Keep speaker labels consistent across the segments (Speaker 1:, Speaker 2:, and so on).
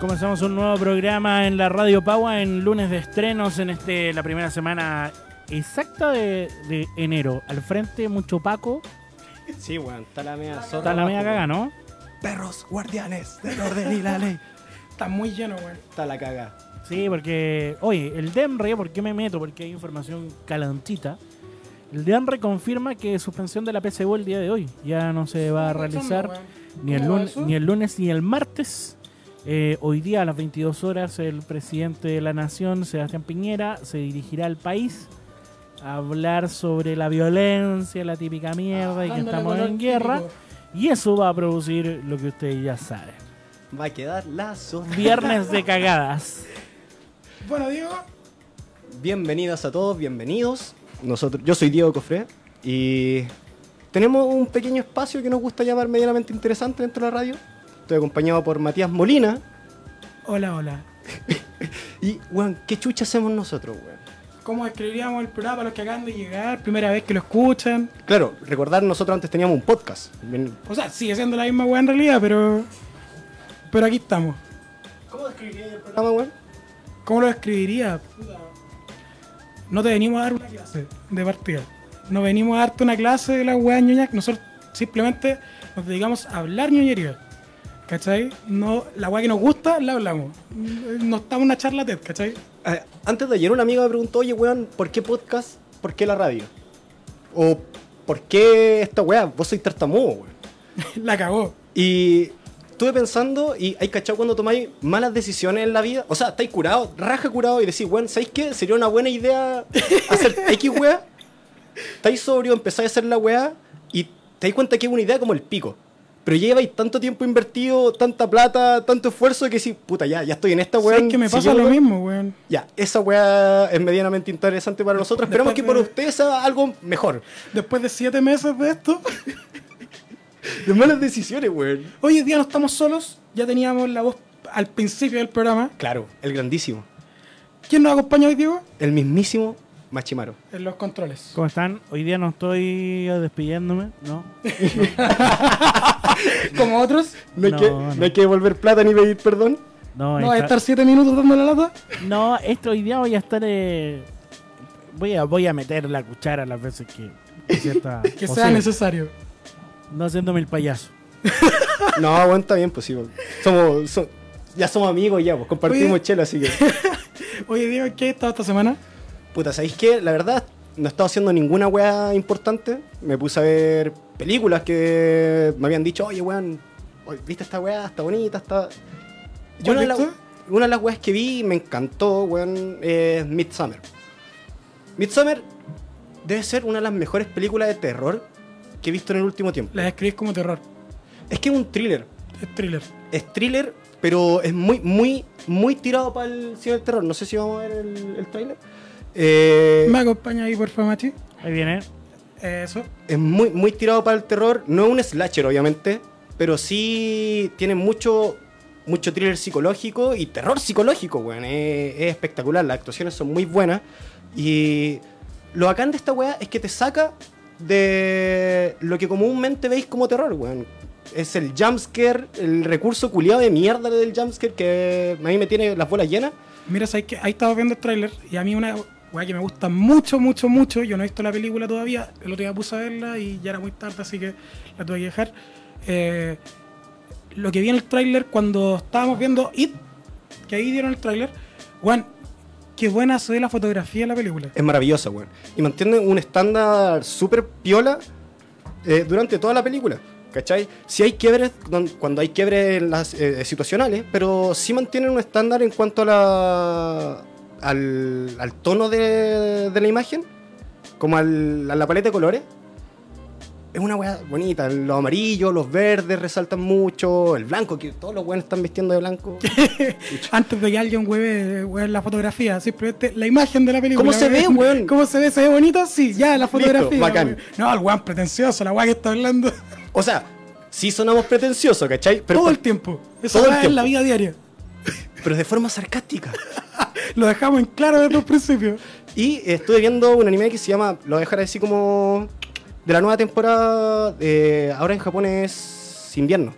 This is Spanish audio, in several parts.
Speaker 1: Comenzamos un nuevo programa en la Radio Paua en lunes de estrenos en este la primera semana exacta de, de enero. Al frente mucho Paco,
Speaker 2: Sí, weón, está la media zorra.
Speaker 1: está la
Speaker 2: abajo,
Speaker 1: media
Speaker 2: weón.
Speaker 1: caga, ¿no?
Speaker 3: Perros guardianes del orden y la ley. Está muy lleno, weón.
Speaker 2: Está la caga.
Speaker 1: Sí, porque oye, el DEMRE, ¿por qué me meto? Porque hay información calentita. El DEMRE confirma que suspensión de la PSU el día de hoy. Ya no se va a realizar ni el,
Speaker 3: ¿Cómo va
Speaker 1: lunes,
Speaker 3: eso?
Speaker 1: ni el lunes ni el martes. Eh, hoy día a las 22 horas el presidente de la nación, Sebastián Piñera, se dirigirá al país a hablar sobre la violencia, la típica mierda
Speaker 3: Ah,
Speaker 1: y que estamos en guerra. Y eso va a producir lo que ustedes ya saben.
Speaker 2: Va a quedar la zorra.
Speaker 1: Viernes de cagadas.
Speaker 3: Bueno, Diego,
Speaker 2: Bienvenidas a todos, bienvenidos. Nosotros, yo soy Diego Cofré y tenemos un pequeño espacio que nos gusta llamar medianamente interesante dentro de la radio. Estoy acompañado por Matías Molina.
Speaker 3: hola, hola.
Speaker 2: Y, weón, ¿qué chucha hacemos nosotros, weón?
Speaker 3: ¿Cómo escribiríamos el programa para los que acaban de llegar? Primera vez que lo escuchan.
Speaker 2: Claro, recordar, nosotros antes teníamos un podcast. Bien-
Speaker 3: O sea, sigue siendo la misma weá en realidad, pero. Pero aquí estamos.
Speaker 2: ¿Cómo describirías el programa, weón?
Speaker 3: ¿Cómo lo escribiría? No te venimos a dar una clase de partida. No venimos a darte una clase de la weá ñoña. Nosotros simplemente nos dedicamos a hablar ñoñería. ¿Cachai? No, la weá que nos gusta, la hablamos. No estamos en una charla TED, ¿cachai?
Speaker 2: Eh, antes de ayer una amiga me preguntó, oye, weón, ¿por qué podcast? ¿Por qué la radio? O, ¿por qué esta weá? Vos sois tartamudo, weón.
Speaker 3: La cagó.
Speaker 2: Y estuve pensando, y hay cachado cuando tomáis malas decisiones en la vida. O sea, estáis curado, raja curado, y decís, weón, ¿sabéis qué? Sería una buena idea hacer X weá. Estáis sobrio, empezáis a hacer la weá, y te dais cuenta que es una idea como el pico. Pero lleváis tanto tiempo invertido, tanta plata, tanto esfuerzo, que decís, puta, ya, ya estoy en esta weá.
Speaker 3: ¿Sabes que me pasa lo mismo, weón?
Speaker 2: Ya, esa weá es medianamente interesante para nosotros. Esperamos que
Speaker 3: Después
Speaker 2: por
Speaker 3: de-
Speaker 2: ustedes sea algo mejor.
Speaker 3: Después de siete meses de esto,
Speaker 2: De malas decisiones, weón.
Speaker 3: hoy en día no estamos solos. Ya teníamos la voz al principio del programa.
Speaker 2: Claro, el grandísimo.
Speaker 3: ¿Quién nos acompaña hoy, Diego?
Speaker 2: El mismísimo Machimaro.
Speaker 3: En los controles.
Speaker 1: ¿Cómo están? Hoy día no estoy despidiéndome, ¿no?
Speaker 3: Como otros,
Speaker 2: No hay,
Speaker 1: No,
Speaker 2: que,
Speaker 1: no.
Speaker 2: no hay que devolver plata ni pedir perdón.
Speaker 1: No,
Speaker 3: no va a
Speaker 1: esta-
Speaker 3: estar siete minutos dando la lata.
Speaker 1: no, esto hoy día voy a estar... eh, voy, a, voy a meter la cuchara las veces que... que sienta
Speaker 3: Que sea
Speaker 1: posible.
Speaker 3: necesario.
Speaker 1: No haciéndome el payaso.
Speaker 2: No, aguanta bien, pues sí, weón. Somos, so- ya somos amigos, ya, pues compartimos
Speaker 3: Oye.
Speaker 2: chela, así que.
Speaker 3: Oye, Diego, ¿qué has estado esta semana?
Speaker 2: Puta, ¿sabéis qué? La verdad, no he estado haciendo ninguna weá importante. Me puse a ver películas que me habían dicho, oye, weón, oye, ¿viste esta weá? Está bonita, está. Yo
Speaker 3: ¿Cuál
Speaker 2: una, de las-
Speaker 3: viste?
Speaker 2: una de las weas que vi y me encantó, weón, es Midsummer. Midsummer debe ser una de las mejores películas de terror que he visto en el último tiempo.
Speaker 3: Las escribís como terror.
Speaker 2: Es que es un thriller.
Speaker 3: Es thriller.
Speaker 2: Es thriller, pero es muy, muy, muy tirado para el cine del terror. No sé si vamos a ver el, el tráiler. Eh,
Speaker 3: ¿Me acompaña ahí, por favor, Machi?
Speaker 1: Ahí viene.
Speaker 3: Eso.
Speaker 2: Es muy, muy tirado para el terror. No es un slasher, obviamente. Pero sí tiene mucho, mucho thriller psicológico y terror psicológico, weón. Es, es espectacular. Las actuaciones son muy buenas. Y lo bacán de esta weá es que te saca de lo que comúnmente veis como terror, weón. Es el jumpscare, el recurso culiado de mierda del jumpscare que a mí me tiene las bolas llenas.
Speaker 3: Mira, sabes que ahí estaba viendo el tráiler y a mí una weá que me gusta mucho, mucho, mucho. Yo no he visto la película todavía. El otro día puse a verla y ya era muy tarde, así que la tuve que dejar. Eh, lo que vi en el tráiler cuando estábamos viendo It, que ahí dieron el tráiler, Juan, qué buena se ve la fotografía de la película.
Speaker 2: Es maravillosa, weón. Y mantiene un estándar súper piola eh, durante toda la película. ¿Cachai? Si hay quiebres, don- cuando hay quiebres en las, eh, situacionales, pero sí mantienen un estándar en cuanto a la, al, al tono de, de la imagen, como al- a la paleta de colores. Es una weá bonita. Los amarillos, los verdes resaltan mucho. El blanco, que todos los weones están vistiendo de blanco.
Speaker 3: Antes de que alguien hueve, hueve la fotografía, simplemente la imagen de la película.
Speaker 2: ¿Cómo se ve, weón?
Speaker 3: ¿Cómo se ve? ¿Se ve bonito? Sí, ya, la fotografía.
Speaker 2: bacán.
Speaker 3: weón. No, el weón pretencioso, la weá que está hablando
Speaker 2: O sea, sí sonamos pretenciosos, ¿cachai? Pero,
Speaker 3: todo el tiempo. Eso
Speaker 2: todo el
Speaker 3: es la
Speaker 2: tiempo.
Speaker 3: vida diaria.
Speaker 2: pero de forma sarcástica.
Speaker 3: Lo dejamos en claro desde el principio.
Speaker 2: Y estuve viendo un anime que se llama, lo voy a dejar así como de la nueva temporada, eh, ahora en Japón es invierno.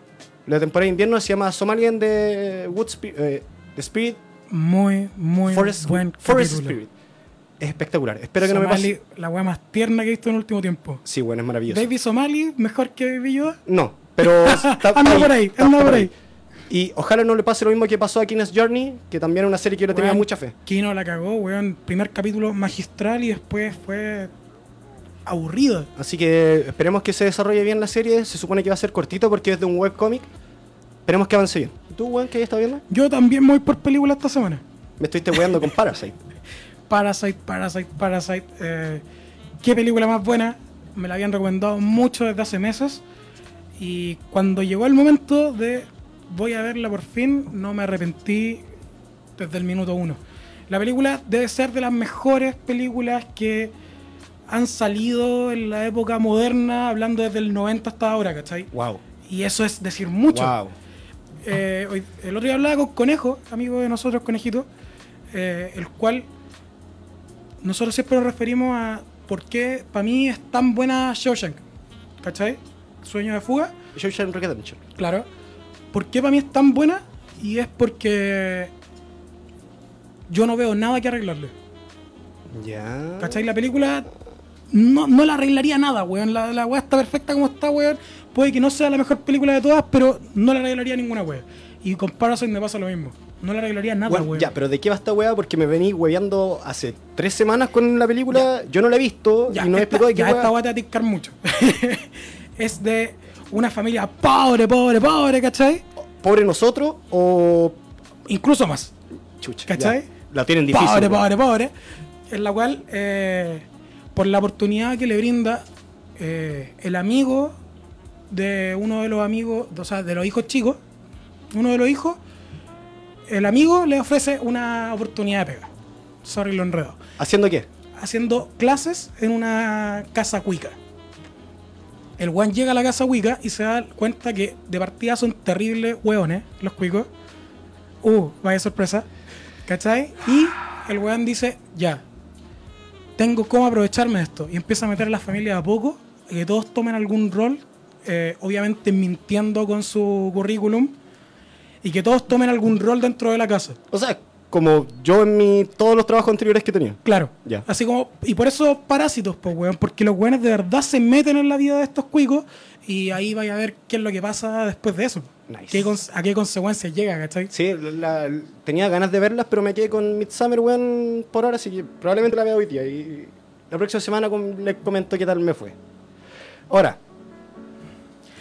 Speaker 2: La temporada de invierno se llama Somalian de Woodspe- eh, The Spirit
Speaker 3: Muy, muy
Speaker 2: Forest,
Speaker 3: buen
Speaker 2: Forest
Speaker 3: capítulo.
Speaker 2: Spirit. Es espectacular. Espero que no me
Speaker 3: Somali,
Speaker 2: pase.
Speaker 3: La wea más tierna que he visto en el último tiempo.
Speaker 2: Sí, bueno, es maravilloso.
Speaker 3: Baby Somali, mejor que Baby Yoda.
Speaker 2: No, pero está
Speaker 3: Anda por ahí,
Speaker 2: está
Speaker 3: anda por ahí.
Speaker 2: Y ojalá no le pase lo mismo que pasó a King's Journey, que también es una serie que yo le tenía
Speaker 3: Weón,
Speaker 2: mucha fe.
Speaker 3: Kino la cagó, weón. Primer capítulo magistral y después fue aburrido.
Speaker 2: Así que esperemos que se desarrolle bien la serie. Se supone que va a ser cortito porque es de un webcomic. Esperemos que avance bien. ¿Tú, weón, que estás viendo?
Speaker 3: Yo también voy por película esta semana.
Speaker 2: Me estuviste weando con Parasite.
Speaker 3: Parasite, Parasite, Parasite. eh, qué película más buena. Me la habían recomendado mucho desde hace meses. Y cuando llegó el momento de voy a verla por fin, no me arrepentí desde el minuto uno. La película debe ser de las mejores películas que han salido en la época moderna, hablando desde el 90 hasta ahora, ¿cachai?
Speaker 2: Wow.
Speaker 3: Y eso es decir mucho.
Speaker 2: Wow.
Speaker 3: Eh, hoy- el otro día hablaba con Conejo, amigo de nosotros, Conejito, eh, el cual nosotros siempre nos referimos a por qué para mí es tan buena Shawshank. ¿Cachai? Sueño de fuga.
Speaker 2: Shawshank Redemption.
Speaker 3: Claro. ¿Por qué para mí es tan buena? Y es porque yo no veo nada que arreglarle.
Speaker 2: Ya.
Speaker 3: ¿Cachai? La película no, no la arreglaría nada, weón. La, la weá está perfecta como está, weón. Puede que no sea la mejor película de todas, pero no la arreglaría ninguna weón. Y con Parasite me pasa lo mismo. No la arreglaría nada,
Speaker 2: Bueno,
Speaker 3: weón.
Speaker 2: ya, pero ¿de qué va esta weá? Porque me vení hueveando hace tres semanas con la película. Yo no la he visto
Speaker 3: Ya,
Speaker 2: y no me
Speaker 3: esta-
Speaker 2: explicó de qué
Speaker 3: ya esta
Speaker 2: weá.
Speaker 3: weá te va a tiscar mucho. es de una familia pobre, pobre, pobre, ¿cachai?
Speaker 2: ¿Pobre nosotros o
Speaker 3: Incluso más.
Speaker 2: Chucha.
Speaker 3: ¿Cachai?
Speaker 2: ya. La tienen difícil.
Speaker 3: Pobre,
Speaker 2: weón.
Speaker 3: pobre, pobre. En la cual, eh, por la oportunidad que le brinda eh, el amigo de uno de los amigos, o sea, de los hijos chicos, uno de los hijos, el amigo le ofrece una oportunidad de pega. Sorry, lo enredo.
Speaker 2: ¿Haciendo qué?
Speaker 3: Haciendo clases en una casa cuica. El Juan llega a la casa cuica y se da cuenta que de partida son terribles hueones los cuicos. Uh, vaya sorpresa. ¿Cachai? Y el weón dice, ya, tengo cómo aprovecharme de esto. Y empieza a meter a la familia de a poco, a que todos tomen algún rol, eh, obviamente mintiendo con su currículum, y que todos tomen algún rol dentro de la casa.
Speaker 2: O sea, como yo en mi, todos los trabajos anteriores que tenía.
Speaker 3: Claro.
Speaker 2: Ya.
Speaker 3: Así como, y por eso parásitos, pues, weón, porque los weones de verdad se meten en la vida de estos cuicos y ahí vaya a ver qué es lo que pasa después de eso.
Speaker 2: Nice.
Speaker 3: Qué cons- a qué consecuencias llega, ¿cachai?
Speaker 2: Sí, la- la- tenía ganas de verlas, pero me quedé con Midsummer, weón, por ahora, así que probablemente la vea hoy día. Y la próxima semana com- les comento qué tal me fue. Ahora,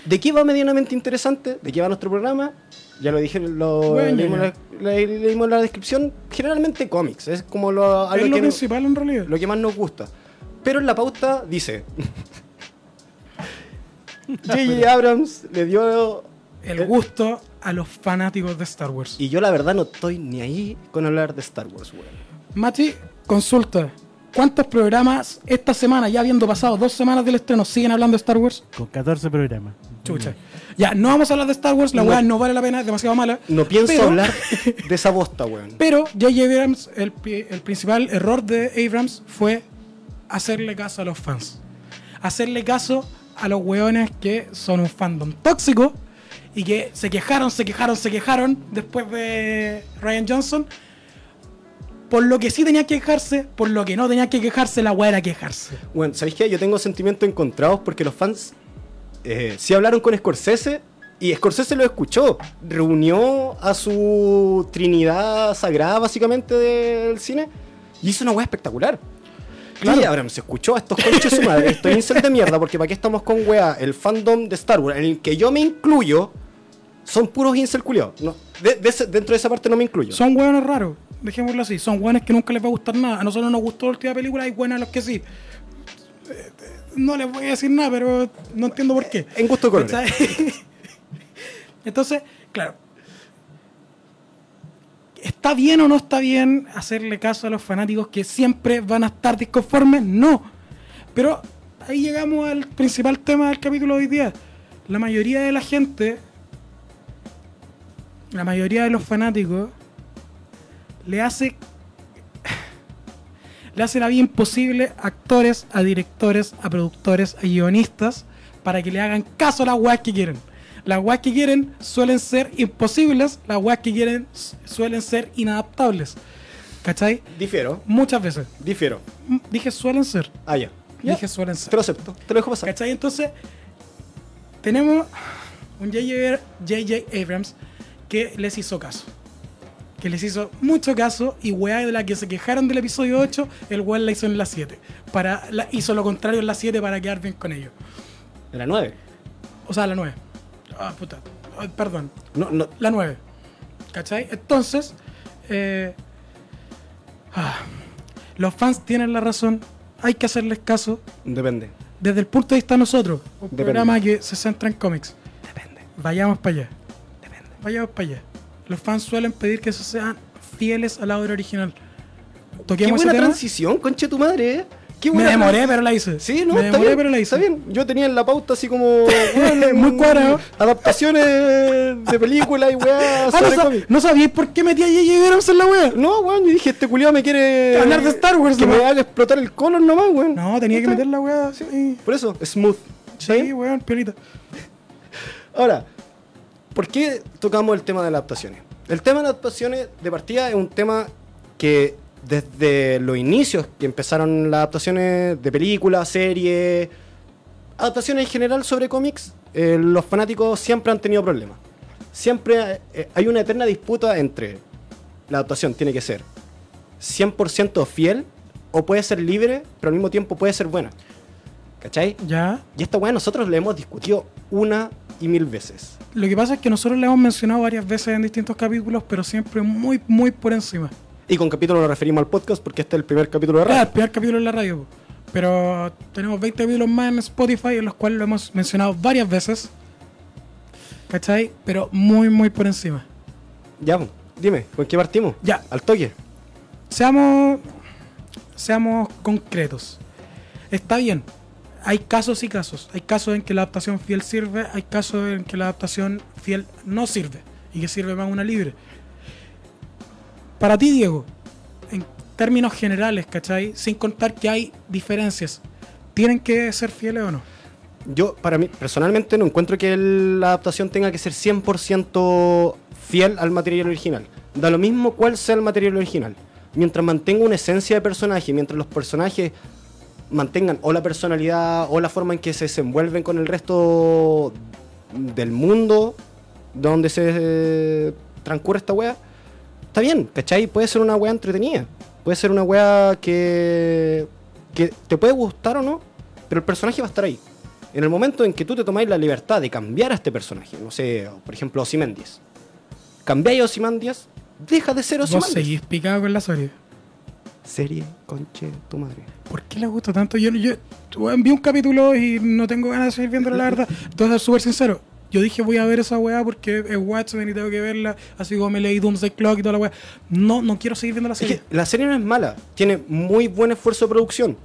Speaker 2: ¿de qué va medianamente interesante? ¿De qué va nuestro programa? Ya lo dije, lo
Speaker 3: Bueno,
Speaker 2: leímos,
Speaker 3: ya.
Speaker 2: la, le- leímos la descripción. Generalmente cómics, es como lo, algo
Speaker 3: es lo
Speaker 2: que no-
Speaker 3: principal en realidad.
Speaker 2: lo que más nos gusta. Pero en la pauta dice. J.J. Abrams le dio.
Speaker 3: el gusto a los fanáticos de Star Wars.
Speaker 2: Y yo la verdad no estoy ni ahí con hablar de Star Wars, weón.
Speaker 3: Mati, consulta. ¿Cuántos programas esta semana, ya habiendo pasado dos semanas del estreno, siguen hablando de Star Wars?
Speaker 1: Con 14 programas.
Speaker 3: Chucha. Ya, no vamos a hablar de Star Wars, la
Speaker 2: Mm. No.
Speaker 3: weá no vale la pena, es demasiado mala.
Speaker 2: No pienso
Speaker 3: Pero-
Speaker 2: hablar de esa bosta, weón.
Speaker 3: Pero J.J. Abrams, el, pi- el principal error de Abrams fue hacerle caso a los fans. Hacerle caso a los weones que son un fandom tóxico y que se quejaron, se quejaron, se quejaron después de Ryan Johnson. Por lo que sí tenía que quejarse, por lo que no tenía que quejarse, la weá era quejarse.
Speaker 2: Bueno, ¿sabéis qué? Yo tengo sentimientos encontrados porque los fans eh, sí hablaron con Scorsese y Scorsese lo escuchó. Reunió a su trinidad sagrada, básicamente, del cine y hizo una weá espectacular. Claro, Abrams se escuchó a estos conches su madre, estos incel de mierda, porque para qué estamos con weá, el fandom de Star Wars, en el que yo me incluyo, son puros incel culiados. No, de- de ese- dentro de esa parte no me incluyo.
Speaker 3: Son hueones raros, dejémoslo así. Son hueones que nunca les va a gustar nada. A nosotros nos gustó la última película y buenas los que sí. Eh, eh, No les voy a decir nada, pero no entiendo por qué.
Speaker 2: en gusto de colores.
Speaker 3: ¿Cachai? Entonces, claro. ¿Está bien o no está bien hacerle caso a los fanáticos que siempre van a estar disconformes? No. Pero ahí llegamos al principal tema del capítulo de hoy día. La mayoría de la gente, la mayoría de los fanáticos, le hace le hace la vida imposible a actores, a directores, a productores, a guionistas para que le hagan caso a las weas que quieren. Las weas que quieren suelen ser imposibles, las weas que quieren s- suelen ser inadaptables. ¿Cachai?
Speaker 2: Difiero,
Speaker 3: Muchas veces.
Speaker 2: difiero.
Speaker 3: M- Dije suelen ser.
Speaker 2: Ah, ya. Ya,
Speaker 3: Dije suelen ser.
Speaker 2: Te lo acepto, te lo dejo pasar.
Speaker 3: ¿Cachai? Entonces, tenemos un J.J. J.J. Abrams que les hizo caso. Que les hizo mucho caso y weá de la que se quejaron del episodio 8, el weá la hizo en la 7. Para, la, hizo lo contrario en la 7 para quedar bien con ellos.
Speaker 2: La 9.
Speaker 3: O sea, la 9. Ah, puta. Ah, perdón.
Speaker 2: No, no.
Speaker 3: La 9. ¿Cachai? Entonces, eh, ah, los fans tienen la razón. Hay que hacerles caso
Speaker 2: Depende.
Speaker 3: desde el punto de vista de nosotros, un
Speaker 2: Depende.
Speaker 3: programa que se centra en cómics.
Speaker 2: Depende.
Speaker 3: Vayamos para allá. Vayamos para allá. Los fans suelen pedir que se sean fieles a la obra original.
Speaker 2: Qué
Speaker 3: Toquemos
Speaker 2: buena
Speaker 3: ese tema.
Speaker 2: transición, conche tu madre, eh. Qué
Speaker 3: Me
Speaker 2: buena
Speaker 3: demoré, pero la hice.
Speaker 2: Sí, no,
Speaker 3: Me
Speaker 2: está
Speaker 3: demoré,
Speaker 2: bien,
Speaker 3: pero la hice.
Speaker 2: está bien. Yo tenía en la pauta así como. bueno,
Speaker 3: Muy cuadrado.
Speaker 2: Adaptaciones de películas y weá.
Speaker 3: Ah, no,
Speaker 2: sobre
Speaker 3: sab-
Speaker 2: cómics.
Speaker 3: no sabíais por qué metí a J.J. Abrams en la wea.
Speaker 2: No, weón, yo dije, este culiao me quiere.
Speaker 3: Hablar de Star Wars,
Speaker 2: Que me
Speaker 3: nomás.
Speaker 2: haga explotar el color nomás, weón.
Speaker 3: No, tenía que
Speaker 2: Está
Speaker 3: meter
Speaker 2: bien.
Speaker 3: la wea. Sí,
Speaker 2: Por eso, smooth. ¿Está
Speaker 3: sí
Speaker 2: bien?
Speaker 3: weón, piolita.
Speaker 2: Ahora, ¿por qué tocamos el tema de las adaptaciones? El tema de las adaptaciones de partida es un tema que desde los inicios que empezaron las adaptaciones de películas, series, adaptaciones en general sobre cómics, eh, los fanáticos siempre han tenido problemas. Siempre eh, hay una eterna disputa entre la adaptación tiene que ser 100% fiel o puede ser libre, pero al mismo tiempo puede ser buena. ¿Cachai?
Speaker 3: Ya.
Speaker 2: Y esta weá nosotros la hemos discutido una y mil veces.
Speaker 3: Lo que pasa es que nosotros la hemos mencionado varias veces en distintos capítulos, pero siempre muy, muy por encima.
Speaker 2: Y con capítulo nos referimos al podcast porque este es el primer capítulo de
Speaker 3: Claro,
Speaker 2: Rap.
Speaker 3: el primer capítulo en la radio. po. Pero tenemos 20 capítulos más en Spotify, en los cuales lo hemos mencionado varias veces. ¿Cachai? Pero muy, muy por encima.
Speaker 2: Ya, po. dime, ¿con qué partimos?
Speaker 3: Ya.
Speaker 2: Al toque.
Speaker 3: Seamos, seamos concretos. Está bien. Hay casos y casos. Hay casos en que la adaptación fiel sirve, hay casos en que la adaptación fiel no sirve y que sirve más una libre. Para ti, Diego, en términos generales, ¿cachai? Sin contar que hay diferencias, ¿tienen que ser fieles o no?
Speaker 2: Yo, para mí, personalmente no encuentro que el- la adaptación tenga que ser 100% fiel al material original. Da lo mismo cuál sea el material original. Mientras mantenga una esencia de personaje, mientras los personajes mantengan o la personalidad o la forma en que se desenvuelven con el resto del mundo donde se eh, transcurre esta wea, está bien, ¿cachai? Puede ser una wea entretenida. Puede ser una wea que, que te puede gustar o no, pero el personaje va a estar ahí. En el momento en que tú te tomáis la libertad de cambiar a este personaje, no sé, por ejemplo, Ozymandias. Cambiáis a Ozymandias, deja de ser
Speaker 3: Vos
Speaker 2: Ozymandias.
Speaker 3: seguís picado con la serie.
Speaker 2: Serie, conche, tu madre.
Speaker 3: ¿Por qué le gusta tanto? Yo, yo weón, vi un capítulo y no tengo ganas de seguir viéndolo, la verdad. Te voy a ser súper sincero. Yo dije, voy a ver esa weá porque es Watchmen y tengo que verla. Así como me leí Doomsday Clock y toda la weá. No, no quiero seguir viendo la
Speaker 2: Es
Speaker 3: serie.
Speaker 2: que la serie no es mala, tiene muy buen esfuerzo de producción.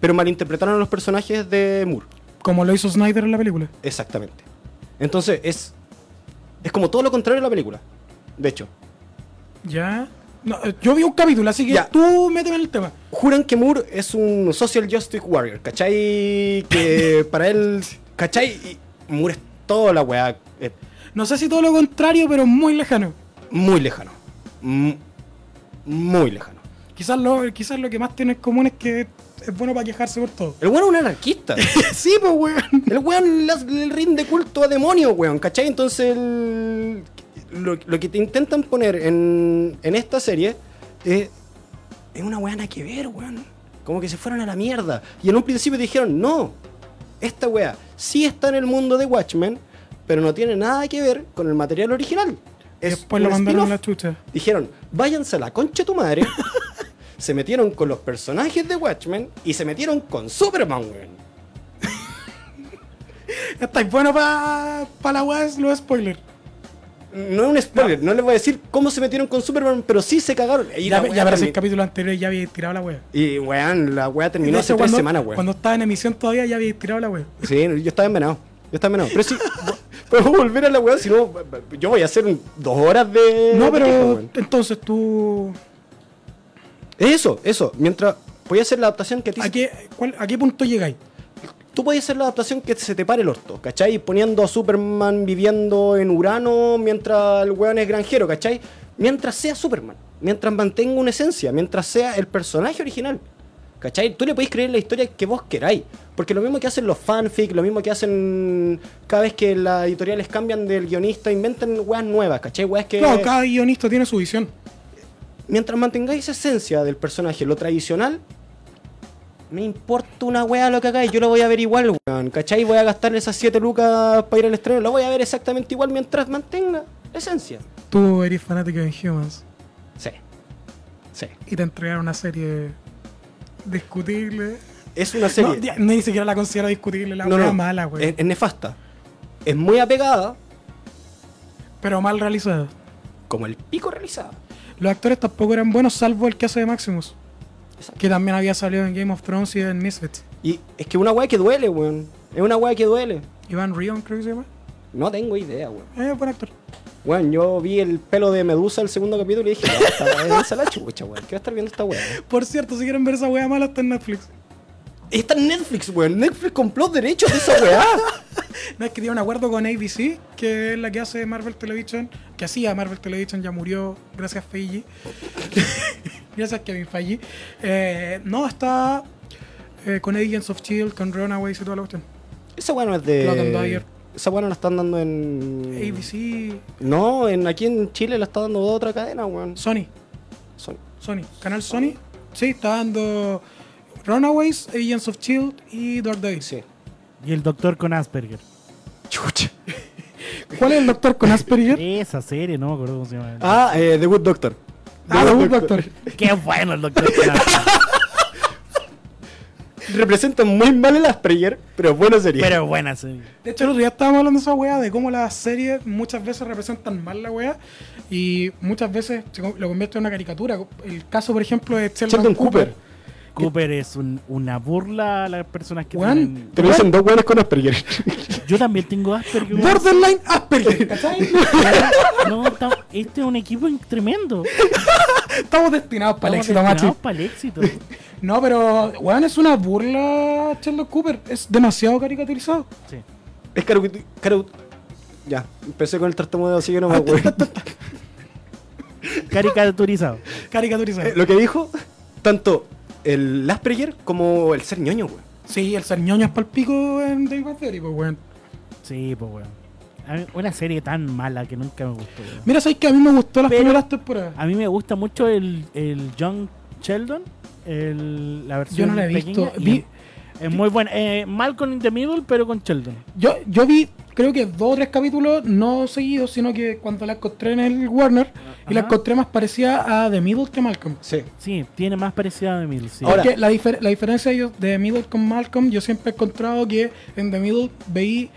Speaker 2: Pero malinterpretaron a los personajes de Moore.
Speaker 3: Como lo hizo Snyder en la película.
Speaker 2: Exactamente. Entonces, es. Es como todo lo contrario a la película. De hecho,
Speaker 3: Ya. No, eh, yo vi un capítulo, así que
Speaker 2: Ya.
Speaker 3: tú méteme en el tema.
Speaker 2: juran que Moore es un social justice warrior, ¿cachai? Que para él. ¿cachai? Y Moore es toda la weá. eh,
Speaker 3: No sé si todo lo contrario, pero muy lejano.
Speaker 2: muy lejano. Mm, muy lejano.
Speaker 3: Quizás lo, quizás lo que más tiene en común es que es bueno para quejarse por todo.
Speaker 2: El weón es un anarquista.
Speaker 3: sí, pues weón.
Speaker 2: El weón le hace- le rinde culto a demonio, weón, ¿cachai? Entonces el- lo, lo que te intentan poner en, en esta serie eh, es una weá nada que ver, weón. Como que se fueron a la mierda. Y en un principio dijeron, no, esta weá sí está en el mundo de Watchmen, pero no tiene nada que ver con el material original.
Speaker 3: Y
Speaker 2: Es
Speaker 3: Después lo
Speaker 2: un
Speaker 3: mandaron a
Speaker 2: spin-off.
Speaker 3: la chucha.
Speaker 2: Dijeron, váyanse a la concha de tu madre. se metieron con los personajes de Watchmen y se metieron con Superman, weón.
Speaker 3: Estáis bueno para pa la weá, es lo spoiler.
Speaker 2: No es un spoiler, no. les voy a decir cómo se metieron con Superman, pero sí se cagaron. Y,
Speaker 3: ya
Speaker 2: la
Speaker 3: ve-
Speaker 2: weá
Speaker 3: ya verás el
Speaker 2: termi-
Speaker 3: capítulo anterior ya había tirado la wea.
Speaker 2: y weón, la weá terminó
Speaker 3: De
Speaker 2: hace
Speaker 3: hecho,
Speaker 2: tres
Speaker 3: cuando-
Speaker 2: semanas, weón.
Speaker 3: Cuando estaba en emisión todavía ya había tirado la wea.
Speaker 2: Sí, yo estaba envenenado. Yo estaba envenenado. Pero sí, podemos volver a la weá, si no, yo voy a hacer un- dos horas Eh, de.
Speaker 3: No,
Speaker 2: de queja,
Speaker 3: pero
Speaker 2: weón.
Speaker 3: entonces tú.
Speaker 2: Es Eso, eso. Mientras. Voy a hacer la adaptación que a ti.
Speaker 3: ¿A qué, cuál- a qué punto llegáis?
Speaker 2: tú puedes hacer la adaptación que se te pare el orto, ¿cachai? Poniendo a Superman viviendo en Urano mientras el weón es granjero, ¿cachai? Mientras sea Superman, mientras mantenga una esencia, mientras sea el personaje original. ¿Cachai? Tú le podéis creer la historia que vos queráis. Porque lo mismo que hacen los fanfic, lo mismo que hacen cada vez que las editoriales cambian del guionista, inventan weas nuevas, ¿cachai? Weas que.
Speaker 3: Claro, cada guionista tiene su visión.
Speaker 2: Mientras mantengáis esa esencia del personaje, lo tradicional, me importa una wea lo que hagáis, yo lo voy a ver igual, weón. ¿Cachai? Voy a gastar esas 7 lucas para ir al estreno, lo voy a ver exactamente igual mientras mantenga la esencia.
Speaker 3: Tú eres fanático de Humans
Speaker 2: Sí. Sí.
Speaker 3: y te entregaron una serie discutible.
Speaker 2: Es una serie.
Speaker 3: No, ya, ni siquiera la considero discutible, la
Speaker 2: No,
Speaker 3: wea
Speaker 2: no, Eh.
Speaker 3: mala, güey.
Speaker 2: Es, es nefasta. Es muy apegada,
Speaker 3: Pero mal realizada.
Speaker 2: como el pico realizada.
Speaker 3: Los actores tampoco eran buenos, salvo el que hace de Maximus.
Speaker 2: Exacto.
Speaker 3: Que también había salido en Game of Thrones y en Misfits.
Speaker 2: Y es que una weá que duele, weón. Es una weá que duele.
Speaker 3: Iván Rion, creo que se llama.
Speaker 2: No tengo idea, weón.
Speaker 3: Eh, buen actor.
Speaker 2: Weón, yo vi el pelo de Medusa el segundo capítulo y dije, "Ya, esta weá es la chucha, weón. ¿Qué va a estar viendo esta weá?
Speaker 3: Por cierto, si quieren ver esa wea mala, está en Netflix.
Speaker 2: Está en Netflix, weón. Netflix compró derechos de esa weá.
Speaker 3: No, es que tiene un acuerdo con ABC, que es la que hace Marvel Television, que hacía Marvel Television, ya murió, gracias Feige. gracias Kevin Feige. Eh, no, está eh, con Agents of S.H.I.E.L.D., con Runaways y toda la cuestión.
Speaker 2: Esa weá no es
Speaker 3: Clock and Dagger.
Speaker 2: de. Esa weá no la están dando en.
Speaker 3: ABC,
Speaker 2: No, en, aquí en Chile la está dando otra cadena, weón.
Speaker 3: Sony,
Speaker 2: Son-
Speaker 3: Sony, canal Sony. Sí, está dando Runaways, Agents of S.H.I.E.L.D. E y Daredevil.
Speaker 2: Sí.
Speaker 1: Y el doctor con Asperger.
Speaker 2: Chucha.
Speaker 3: ¿Cuál es el doctor con Asperger?
Speaker 1: Esa serie, no me acuerdo cómo se llama.
Speaker 2: Ah, eh, The Good Doctor.
Speaker 3: ah, un doctor.
Speaker 1: Qué bueno el doctor con Asperger.
Speaker 2: Representan muy mal el Asperger, pero buena serie.
Speaker 1: Pero buena serie.
Speaker 3: De hecho, el otro día estábamos hablando de esa weá, de cómo las series muchas veces representan mal la weá y muchas veces se co- lo convierte en una caricatura. El caso, por ejemplo, de Sheldon,
Speaker 2: Sheldon
Speaker 3: Cooper.
Speaker 2: Cooper.
Speaker 1: Cooper es un- una burla a las personas que
Speaker 3: Weón.
Speaker 1: tienen-
Speaker 2: Te lo dicen dos weones con Asperger.
Speaker 1: Yo también tengo Asperger. weón.
Speaker 3: Borderline Asperger, ¿cachai?
Speaker 1: No, ta- este es un equipo in- tremendo.
Speaker 3: Estamos destinados para el éxito, machi.
Speaker 1: Para el éxito.
Speaker 3: No, pero, weón, es una burla Sheldon Cooper. Es demasiado caricaturizado.
Speaker 1: Sí.
Speaker 2: Es caro, caro. Ya, empecé con el tartamudeo, así que no me acuerdo.
Speaker 1: Caricaturizado.
Speaker 3: Caricaturizado.
Speaker 2: Eh, Lo que dijo, tanto el Asperger como el ser ñoño, weón.
Speaker 3: Sí, el ser ñoño es palpico en David Bang Theory, pues, weón.
Speaker 1: Sí, pues, weón. A mí- Una serie tan mala que nunca me gustó. weón.
Speaker 3: Mira, sabes que a mí me gustó las
Speaker 1: Pero-
Speaker 3: primeras temporadas.
Speaker 1: A mí me gusta mucho el, el John Sheldon. el- la versión
Speaker 3: Yo no la he
Speaker 1: pequeña,
Speaker 3: visto.
Speaker 1: y
Speaker 3: Vi-
Speaker 1: es muy buena. Eh, Malcolm in the Middle, pero con Sheldon.
Speaker 3: Yo, yo vi, creo que dos o tres capítulos, no seguidos, sino que cuando la encontré en el Warner, y la
Speaker 1: Ajá.
Speaker 3: encontré más parecida a The Middle que Malcolm.
Speaker 2: Sí.
Speaker 1: Sí, tiene más parecido a The Middle. Sí.
Speaker 2: Ahora-
Speaker 3: Porque la, difer- la diferencia yo- de The Middle con Malcolm, yo siempre he encontrado que en The Middle veí,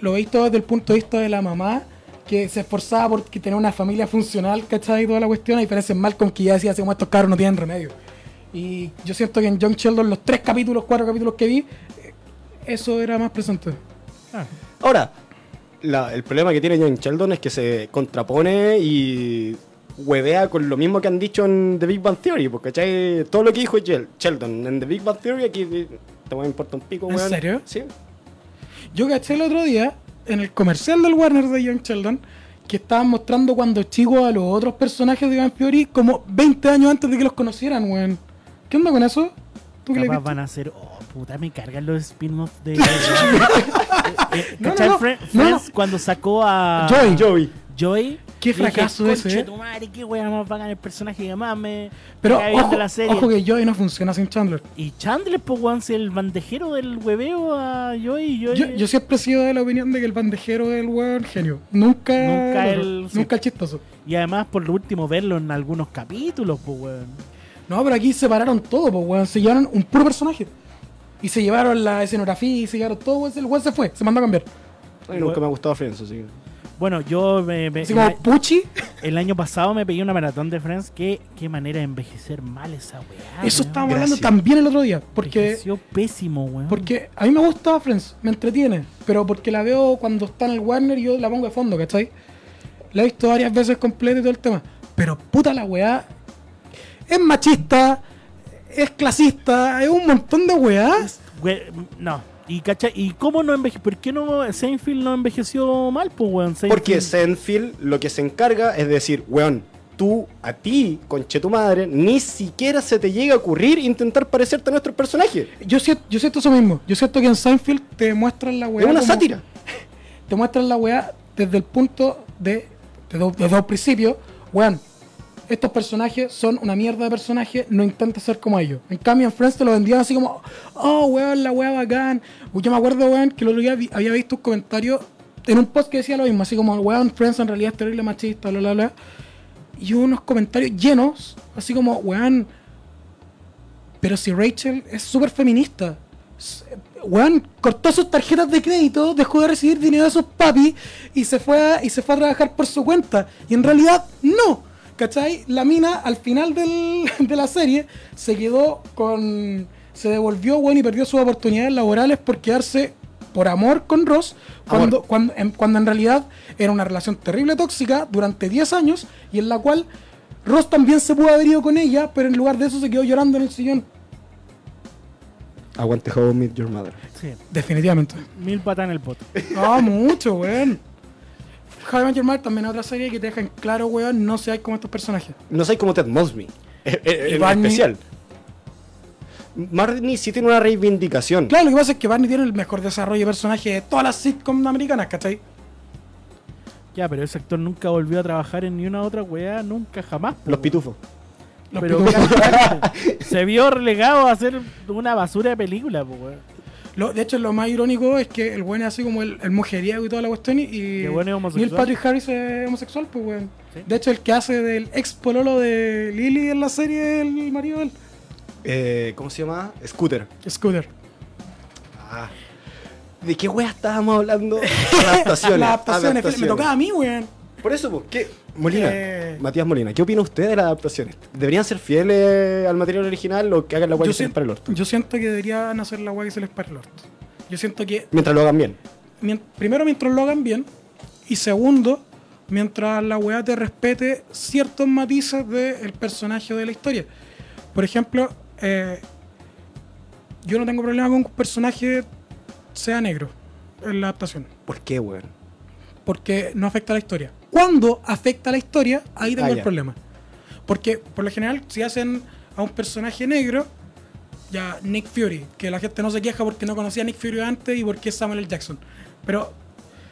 Speaker 3: lo veis todo desde el punto de vista de la mamá, que se esforzaba por que tener una familia funcional, ¿cachai? Toda la cuestión, a diferencia en Malcolm, que ya decía, así como estos carros no tienen remedio. Y yo siento que en John Sheldon, los tres capítulos, cuatro capítulos que vi, eh, eso era más presente.
Speaker 1: Ah,
Speaker 2: Ahora, la- el problema que tiene John Sheldon es que se contrapone y huevea con lo mismo que han dicho en The Big Bang Theory, porque ¿cachai? todo lo que dijo Shel- Sheldon en The Big Bang Theory aquí eh, te me importa un pico,
Speaker 3: ¿En
Speaker 2: weón.
Speaker 3: serio?
Speaker 2: Sí.
Speaker 3: Yo caché el otro día en el comercial del Warner de John Sheldon que estaban mostrando cuando chicos a los otros personajes de Van Theory como 20 años antes de que los conocieran, weón. ¿Qué onda con eso? ¿Tú qué le
Speaker 1: capaz
Speaker 3: viste?
Speaker 1: van a hacer. Oh, puta, me cargan los spin-offs de. Eh,
Speaker 3: No,
Speaker 1: ¿Cachai?
Speaker 3: no, no.
Speaker 1: Fre-
Speaker 3: No,
Speaker 1: Friends,
Speaker 3: no.
Speaker 1: cuando sacó
Speaker 3: Ah.
Speaker 1: a.
Speaker 2: Joey, Joey.
Speaker 1: Joey.
Speaker 3: Qué
Speaker 1: dije,
Speaker 3: fracaso ese,
Speaker 1: "Conche
Speaker 3: eh".
Speaker 1: tu madre, qué wea más bacán el personaje que más me.
Speaker 3: Pero
Speaker 1: me cae bien
Speaker 3: ojo,
Speaker 1: de la serie.
Speaker 3: ojo que Joey no funciona sin Chandler.
Speaker 1: Y Chandler, pues, weón, si el bandejero del hueveo a Joey. Joey
Speaker 3: Yo, yo siempre he sido de la opinión de que el bandejero es el weón genio. Nunca,
Speaker 1: Nunca
Speaker 3: otro,
Speaker 1: el- sí.
Speaker 3: nunca el chistoso.
Speaker 1: Y además, por lo último, verlo en algunos capítulos, pues, weón.
Speaker 3: No, pero aquí separaron todo, pues, weón. Se llevaron un puro personaje. Y se llevaron la escenografía y se llevaron todo, weón. El weón se fue, se mandó a cambiar.
Speaker 1: Eh,
Speaker 2: Ay, nunca me ha gustado Friends, así que...
Speaker 1: Bueno, yo me- me-
Speaker 3: Así como,
Speaker 1: la-
Speaker 3: Puchi,
Speaker 1: el año pasado me pegué una maratón de Friends. Qué, qué manera de envejecer mal esa weá.
Speaker 3: Eso
Speaker 1: weón.
Speaker 3: estábamos hablando
Speaker 2: Gracias.
Speaker 3: también el otro día. Porque,
Speaker 1: Envejeció pésimo, weón.
Speaker 3: porque a mí me gusta Friends, me entretiene. Pero porque la veo cuando está en el Warner y yo la pongo de fondo, ¿cachai? La he visto varias veces completa y todo el tema. Pero puta la weá. Es machista, es clasista, es un montón de weá.
Speaker 1: güey, no. ¿Y, cacha, ¿Y cómo no envejeció? ¿Por qué no Seinfeld no envejeció mal, pues, weón? Seinfeld-
Speaker 2: Porque Senfield lo que se encarga es decir, weón, tú, a ti, conche tu madre, ni siquiera se te llega a ocurrir intentar parecerte a nuestro personaje.
Speaker 3: Yo siento, yo siento eso mismo. Yo siento que en Seinfeld te muestran la weá.
Speaker 2: es una
Speaker 3: como-
Speaker 2: sátira.
Speaker 3: Te muestran la weá desde el punto de. de dos- Desde un principio, weón. Estos personajes son una mierda de personajes, no intentes ser como ellos. En cambio, en Friends te lo vendían así como, oh, weón, la weá bacán. Yo me acuerdo, weón, que el otro día vi- había visto un comentario en un post que decía lo mismo, así como, weón, Friends en realidad es terrible machista, bla, bla, bla. Y hubo unos comentarios llenos, así como, weón, pero si Rachel es súper feminista. S- Weón, cortó sus tarjetas de crédito, dejó de recibir dinero de sus papis y se fue a, y se fue a trabajar por su cuenta. Y en realidad, no. ¿Cachai? La mina al final del- de la serie se quedó con. Se devolvió, weón, y perdió sus oportunidades laborales por quedarse por amor con Ross, cuando,
Speaker 2: Amor.
Speaker 3: Cuando, en, cuando en realidad era una relación terrible tóxica durante 10 años y en la cual Ross también se pudo haber ido con ella, pero en lugar de eso se quedó llorando en el sillón.
Speaker 2: Aguante How I Met Your Mother.
Speaker 1: Sí,
Speaker 3: Definitivamente.
Speaker 1: mil patas en el poto.
Speaker 3: Ah, mucho, weón. Javier Your Mother también es otra serie que te deja en claro, weón, no seas como estos personajes.
Speaker 2: No soy como Ted Mosby. Es, es- es
Speaker 3: Y
Speaker 2: lo
Speaker 3: Barney-
Speaker 2: Eh, especial. Barney sí tiene una reivindicación.
Speaker 3: Claro, lo que pasa es que Barney tiene el mejor desarrollo de personaje de todas las sitcoms americanas, ¿cachai?
Speaker 1: Ya, pero ese actor nunca volvió a trabajar en ni una otra weá, nunca jamás. po,
Speaker 2: Los
Speaker 1: weón.
Speaker 2: pitufos.
Speaker 3: Los
Speaker 1: pero
Speaker 3: pitufos.
Speaker 1: se vio relegado a hacer una basura de película, po, weón.
Speaker 3: Lo- de hecho, lo más irónico es que el weón es así como el, el mujeriego y toda la cuestión. Y, y
Speaker 1: el weón es homosexual.
Speaker 3: Neil Patrick Harris es homosexual, pues, weón.
Speaker 1: Sí.
Speaker 3: De hecho, el que hace del ex pololo de Lily en la serie, el marido del
Speaker 2: Eh, ¿Cómo se llama? Scooter.
Speaker 3: Scooter.
Speaker 2: Ah. ¿De qué wea estábamos hablando? Adaptaciones.
Speaker 3: Las adaptaciones, me
Speaker 2: adaptaciones.
Speaker 3: tocaba a mí, weón.
Speaker 2: Por eso, pues, ¿qué? Molina,
Speaker 3: Eh.
Speaker 2: Matías Molina, ¿qué opina usted de las adaptaciones? ¿Deberían ser fieles al material original o que hagan la guay
Speaker 3: Yo,
Speaker 2: que se les
Speaker 3: sien-
Speaker 2: para el orto?
Speaker 3: yo siento que deberían hacer la weá que se les para el orto. Yo siento que,
Speaker 2: Mientras lo hagan bien.
Speaker 3: mien- primero, mientras lo hagan bien, y segundo, mientras la weá te respete ciertos matices del personaje o de la historia. Por ejemplo, eh, yo no tengo problema con que un personaje sea negro en la adaptación,
Speaker 2: ¿Por qué, weón?
Speaker 3: porque no afecta a la historia. Cuando afecta a la historia, ahí tengo
Speaker 2: Ah,
Speaker 3: el
Speaker 2: ya.
Speaker 3: problema. Porque, por lo general, si hacen a un personaje negro, ya Nick Fury, que la gente no se queja porque no conocía a Nick Fury antes y porque es Samuel L. Jackson. Pero,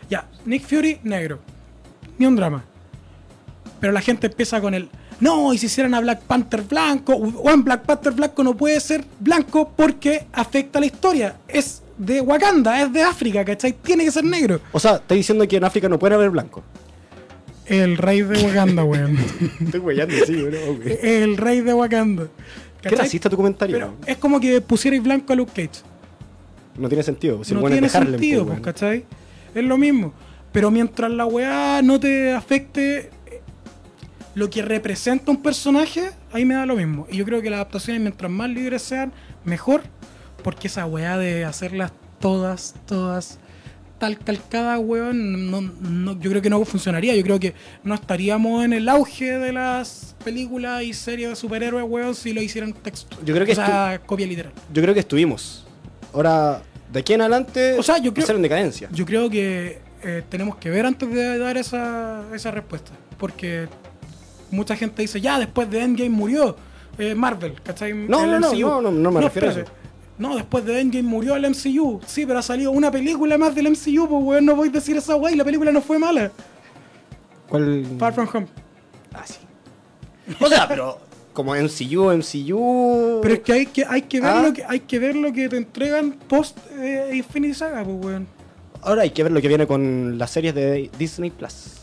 Speaker 3: ya, Nick Fury, negro. Ni un drama. Pero la gente empieza con el. No, y si hicieran a Black Panther blanco, Juan Black Panther blanco no puede ser blanco porque afecta a la historia. Es de Wakanda, es de África, ¿cachai? Tiene que ser negro.
Speaker 2: O sea, está diciendo que en África no pueden haber blancos.
Speaker 3: El rey de Wakanda, weón.
Speaker 2: Estoy weyando, sí, weón. obvio.
Speaker 3: El rey de Wakanda.
Speaker 2: Qué
Speaker 3: ¿Cachai?
Speaker 2: racista tu comentario.
Speaker 3: Pero es como que pusierais blanco a Luke Cage.
Speaker 2: No tiene sentido. Si
Speaker 3: no
Speaker 2: bueno, es
Speaker 3: tiene
Speaker 2: de Harlem,
Speaker 3: sentido,
Speaker 2: pues,
Speaker 3: pues,
Speaker 2: weón.
Speaker 3: ¿cachai? Es lo mismo. Pero mientras la weá no te afecte eh, lo que representa un personaje, ahí me da lo mismo. Y yo creo que las adaptaciones, mientras más libres sean, mejor. Porque esa weá de hacerlas todas, todas, tal, tal, cada weón, no, no- yo creo que no funcionaría. Yo creo que no estaríamos en el auge de las películas y series de superhéroes, weón, si lo hicieran texto.
Speaker 2: Yo creo que
Speaker 3: o sea, copia literal.
Speaker 2: Yo creo que estuvimos. Ahora, de aquí en adelante,
Speaker 3: O sea,
Speaker 2: va
Speaker 3: yo
Speaker 2: a
Speaker 3: creo-
Speaker 2: ser en decadencia.
Speaker 3: Yo creo que eh, tenemos que ver antes de dar esa, esa respuesta. Porque mucha gente dice, ya, después de Endgame murió eh, Marvel, ¿cachai?
Speaker 2: No, no, no, no, no, no me refiero a eso.
Speaker 3: espérate. No, después de Endgame murió el MCU. Sí, pero ha salido una película más del MCU, pues, weón, no voy a decir esa guay, la película no fue mala.
Speaker 2: ¿Cuál?
Speaker 3: Far From Home.
Speaker 2: Ah, sí. O sea, pero como MCU, MCU.
Speaker 3: Pero es que hay que, hay que, ver,
Speaker 2: Ah.
Speaker 3: lo que, hay que ver lo que te entregan post eh, Infinity Saga, pues, weón.
Speaker 2: Ahora hay que ver lo que viene con las series de Disney Plus.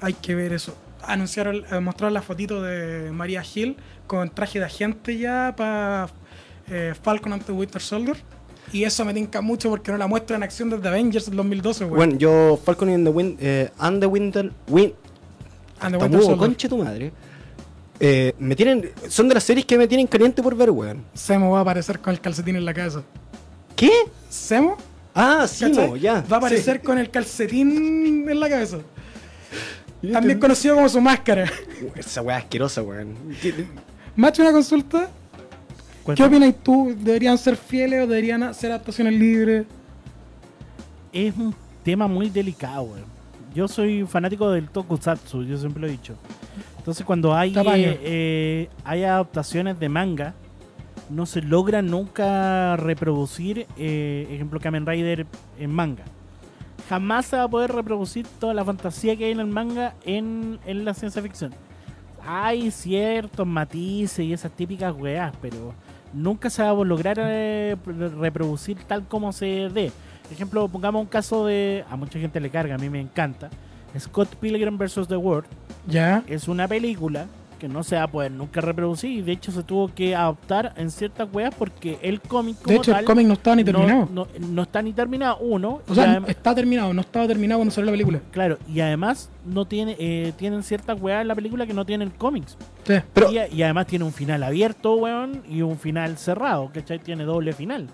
Speaker 3: Hay que ver eso. Anunciaron, eh, mostraron la fotito de María Hill con traje de agente ya para Falcon and the Winter Soldier. Y eso me tinca mucho porque no la muestran en acción desde Avengers del 2012, weón.
Speaker 2: Bueno, yo Falcon and the, Win- eh, and the Winter. Win
Speaker 3: and the Winter
Speaker 2: Tamudo,
Speaker 3: Soldier.
Speaker 2: conche tu madre. Eh, me tienen, son de las series que me tienen caliente por ver, weón.
Speaker 3: Semo va a aparecer con el calcetín en la casa.
Speaker 2: ¿Qué?
Speaker 3: Semo
Speaker 2: Ah, sí,
Speaker 3: ¿cachai?
Speaker 2: no, ya.
Speaker 3: va a aparecer con el calcetín en la cabeza. También conocido como su máscara.
Speaker 2: Esa weá asquerosa, weón.
Speaker 3: Macho, una consulta. ¿Qué
Speaker 1: encuentro-
Speaker 3: opinas tú? ¿Deberían ser fieles o deberían ser adaptaciones libres?
Speaker 1: es un tema muy delicado, weón. Yo soy fanático del tokusatsu, yo siempre lo he dicho. Entonces cuando hay,
Speaker 3: Tamaño.
Speaker 1: eh, eh, hay adaptaciones de manga, no se logra nunca reproducir, eh, ejemplo, Kamen Rider en manga. Jamás se va a poder reproducir toda la fantasía que hay en el manga en, en la ciencia ficción. Hay ciertos matices y esas típicas weas, pero nunca se va a lograr eh, reproducir tal como se dé. Por ejemplo, pongamos un caso de. A mucha gente le carga, a mí me encanta. Scott Pilgrim vs. The World
Speaker 3: Ya.
Speaker 1: es una película que no se va a poder nunca reproducir y de hecho se tuvo que adaptar en ciertas weas porque el cómic como
Speaker 3: De hecho,
Speaker 1: tal
Speaker 3: el cómic no estaba ni terminado.
Speaker 1: No, no- no está ni terminado uno
Speaker 3: o
Speaker 1: y
Speaker 3: sea,
Speaker 1: adem-
Speaker 3: está terminado, no estaba terminado cuando salió la película.
Speaker 1: claro y además no tiene eh, tienen ciertas weas en la película que no tienen cómics
Speaker 3: Sí.
Speaker 2: Pero-
Speaker 1: y, a- y además tiene un final abierto weón y un final cerrado ¿cachai? tiene doble final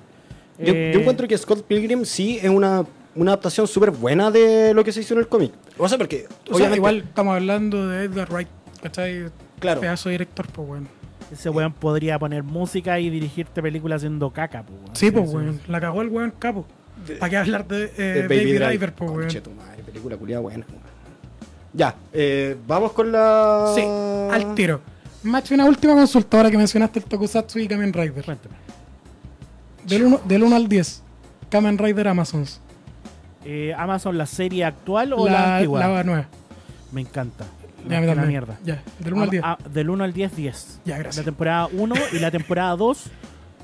Speaker 2: Yo,
Speaker 1: Eh,
Speaker 2: yo encuentro que Scott Pilgrim sí es una, una adaptación súper buena de lo que se hizo en el cómic. O sea, porque
Speaker 3: O sea, igual estamos hablando de Edgar Wright, ¿cachai?
Speaker 2: Claro.
Speaker 3: Pedazo de director, pues, weón.
Speaker 1: Ese weón podría poner música y dirigirte películas haciendo caca, pues, weón.
Speaker 3: Sí, pues, weón. La cagó el weón capo. ¿Para qué hablar de eh,
Speaker 2: Eh,
Speaker 3: Baby, Driver, pues, weón?
Speaker 2: Conche tu madre, película culiada buena. weón. Ya, eh, vamos con la...
Speaker 3: Sí, al tiro. Macho, una última consulta ahora que mencionaste el Tokusatsu y Kamen Rider.
Speaker 1: Cuéntame.
Speaker 3: Del 1 del uno al 10, Kamen Rider Amazons.
Speaker 1: Eh, Amazon, ¿la serie actual o la,
Speaker 3: La,
Speaker 1: antigua?
Speaker 3: la nueva.
Speaker 1: Me encanta.
Speaker 3: Ya, a mí
Speaker 1: Una
Speaker 3: también.
Speaker 1: mierda.
Speaker 3: Ya, del 1 al
Speaker 1: Am-
Speaker 3: 10.
Speaker 1: ah, del 1 al 10, 10.
Speaker 3: Ya, gracias.
Speaker 1: La temporada 1 y la temporada 2,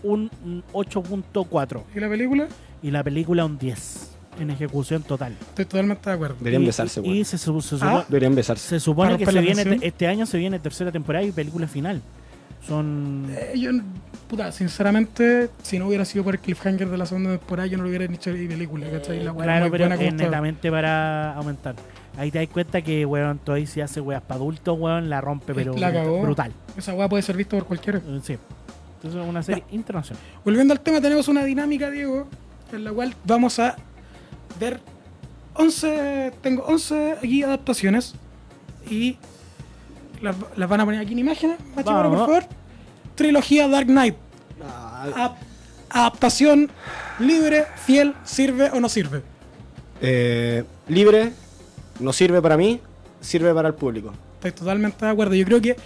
Speaker 1: un un 8.4.
Speaker 3: ¿Y la película?
Speaker 1: Y la película un 10 en ejecución total.
Speaker 3: Estoy totalmente de acuerdo.
Speaker 2: Deberían
Speaker 1: Y-
Speaker 2: besarse,
Speaker 1: Y, y
Speaker 2: weón.
Speaker 1: se, su- se
Speaker 3: Ah.
Speaker 1: supo-
Speaker 2: Deberían besarse.
Speaker 1: se supone
Speaker 3: Para
Speaker 1: que
Speaker 3: romper
Speaker 1: se
Speaker 3: la
Speaker 1: viene,
Speaker 3: canción.
Speaker 1: este año se viene tercera temporada y película final. Son...
Speaker 3: Eh, yo, puta, sinceramente, si no hubiera sido por el cliffhanger de la segunda temporada, yo no lo hubiera hecho ni película, ¿cachai? La weá era
Speaker 1: Eh, Claro,
Speaker 3: muy
Speaker 1: pero
Speaker 3: buena como
Speaker 1: es
Speaker 3: estaba.
Speaker 1: netamente para aumentar. Ahí te das cuenta que, weón, todavía si hace weas para adultos, weón, la rompe, pero
Speaker 3: La cagó.
Speaker 1: brutal.
Speaker 3: Esa weá puede ser vista por cualquiera.
Speaker 1: Eh, Sí. Entonces es una serie internacional.
Speaker 3: Volviendo al tema, tenemos una dinámica, Diego, en la cual vamos a ver 11, tengo 11 aquí adaptaciones y las, las van a poner aquí en imágenes, Machi,
Speaker 1: Vamos.
Speaker 3: por favor. Trilogía Dark Knight,
Speaker 2: Ah,
Speaker 3: Ap- adaptación libre, fiel, sirve o no sirve.
Speaker 2: eh, libre, no sirve para mí, sirve para el público.
Speaker 3: Estoy totalmente de acuerdo. Yo creo que.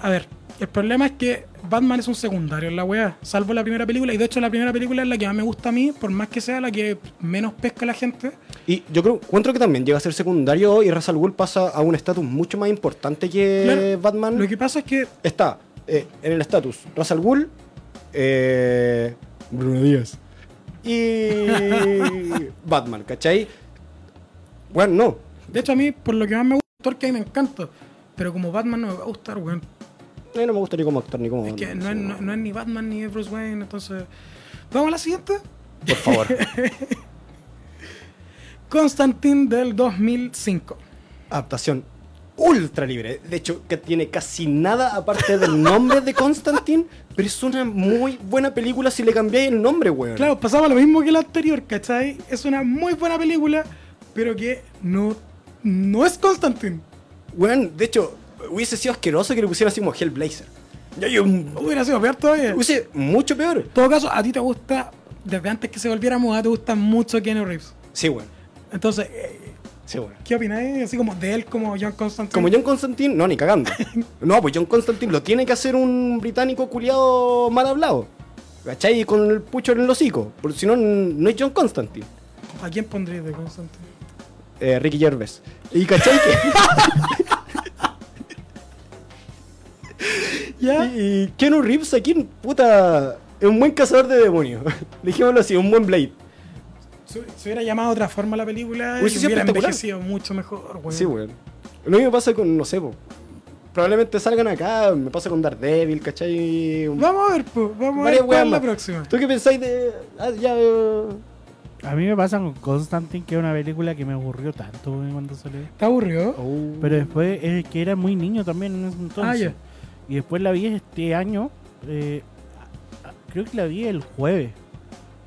Speaker 3: A ver, el problema es que Batman es un secundario en la weá, salvo la primera película. Y de hecho, la primera película es la que más me gusta a mí, por más que sea la que menos pesca a la gente.
Speaker 2: Y yo creo, encuentro que también llega a ser secundario y Ra's al Ghul pasa a un estatus mucho más importante que
Speaker 3: Claro,
Speaker 2: Batman.
Speaker 3: Lo que pasa es que.
Speaker 2: Está eh, en el estatus Ra's al Ghul, eh, Bruno Díaz y Batman, ¿cachai? Bueno, no.
Speaker 3: De hecho, a mí, por lo que más me gusta, actor que a mí me encanta. Pero como Batman no me va a gustar, weón.
Speaker 2: A mí Eh, no me gusta ni como actor ni como
Speaker 3: Es que
Speaker 2: Batman,
Speaker 3: no es,
Speaker 2: sí,
Speaker 3: no-
Speaker 2: no.
Speaker 3: no es ni Batman ni Bruce Wayne, entonces. Vamos a la siguiente.
Speaker 2: Por favor.
Speaker 3: Constantine del 2005.
Speaker 2: Adaptación ultra libre. De hecho, que tiene casi nada aparte del nombre de Constantine, pero es una muy buena película si le cambiáis el nombre, weón.
Speaker 3: Claro, pasaba lo mismo que la anterior, ¿cachai? Es una muy buena película, pero que no, no es Constantine.
Speaker 2: Weón, de hecho, hubiese sido asqueroso que le pusieran así como Hellblazer. Ya yo.
Speaker 3: Hubiera sido peor todavía. En
Speaker 2: Hubiese mucho peor.
Speaker 3: todo caso, a ti te gusta, desde antes que se volviera moda, te gusta mucho Keanu Reeves.
Speaker 2: Sí, weón.
Speaker 3: Entonces, eh,
Speaker 2: Sí, weón.
Speaker 3: ¿qué opináis? Así como de él, como John Constantine.
Speaker 2: Como John Constantine, no, ni cagando. No, pues John Constantine lo tiene que hacer un británico culiado mal hablado. ¿Cachai? Con el pucho en el hocico. Porque si no, n- no es John Constantine.
Speaker 3: ¿A quién pondrías de Constantine?
Speaker 2: Eh, Ricky Gervais. ¿Y cachai que.?
Speaker 3: ¿Ya?
Speaker 2: Y, y Keanu Reeves aquí, puta, es un buen cazador de demonios. Dijémoslo así, un buen Blade.
Speaker 3: Se, se hubiera llamado de otra forma la película y
Speaker 2: Hubiese sido
Speaker 3: hubiera
Speaker 2: espectacular.
Speaker 3: envejecido mucho mejor, weón.
Speaker 2: Sí, weón. Lo mismo pasa con, no sé, po. probablemente salgan acá, me pasa con Daredevil, ¿cachai?
Speaker 3: Vamos a ver, pues, vamos
Speaker 2: Varias
Speaker 3: a ver cuál
Speaker 2: weas
Speaker 3: es la
Speaker 2: más.
Speaker 3: próxima.
Speaker 2: ¿Tú qué pensáis de...? ah, ya, eh,
Speaker 1: A mí me pasa con Constantine, que es una película que me aburrió tanto weón, cuando salió.
Speaker 3: ¿Te aburrió?
Speaker 1: Pero después es que era muy niño también en ese entonces.
Speaker 3: Mm. Ah, ya.
Speaker 1: Y después la vi este año. eh, a- a- creo que la vi el jueves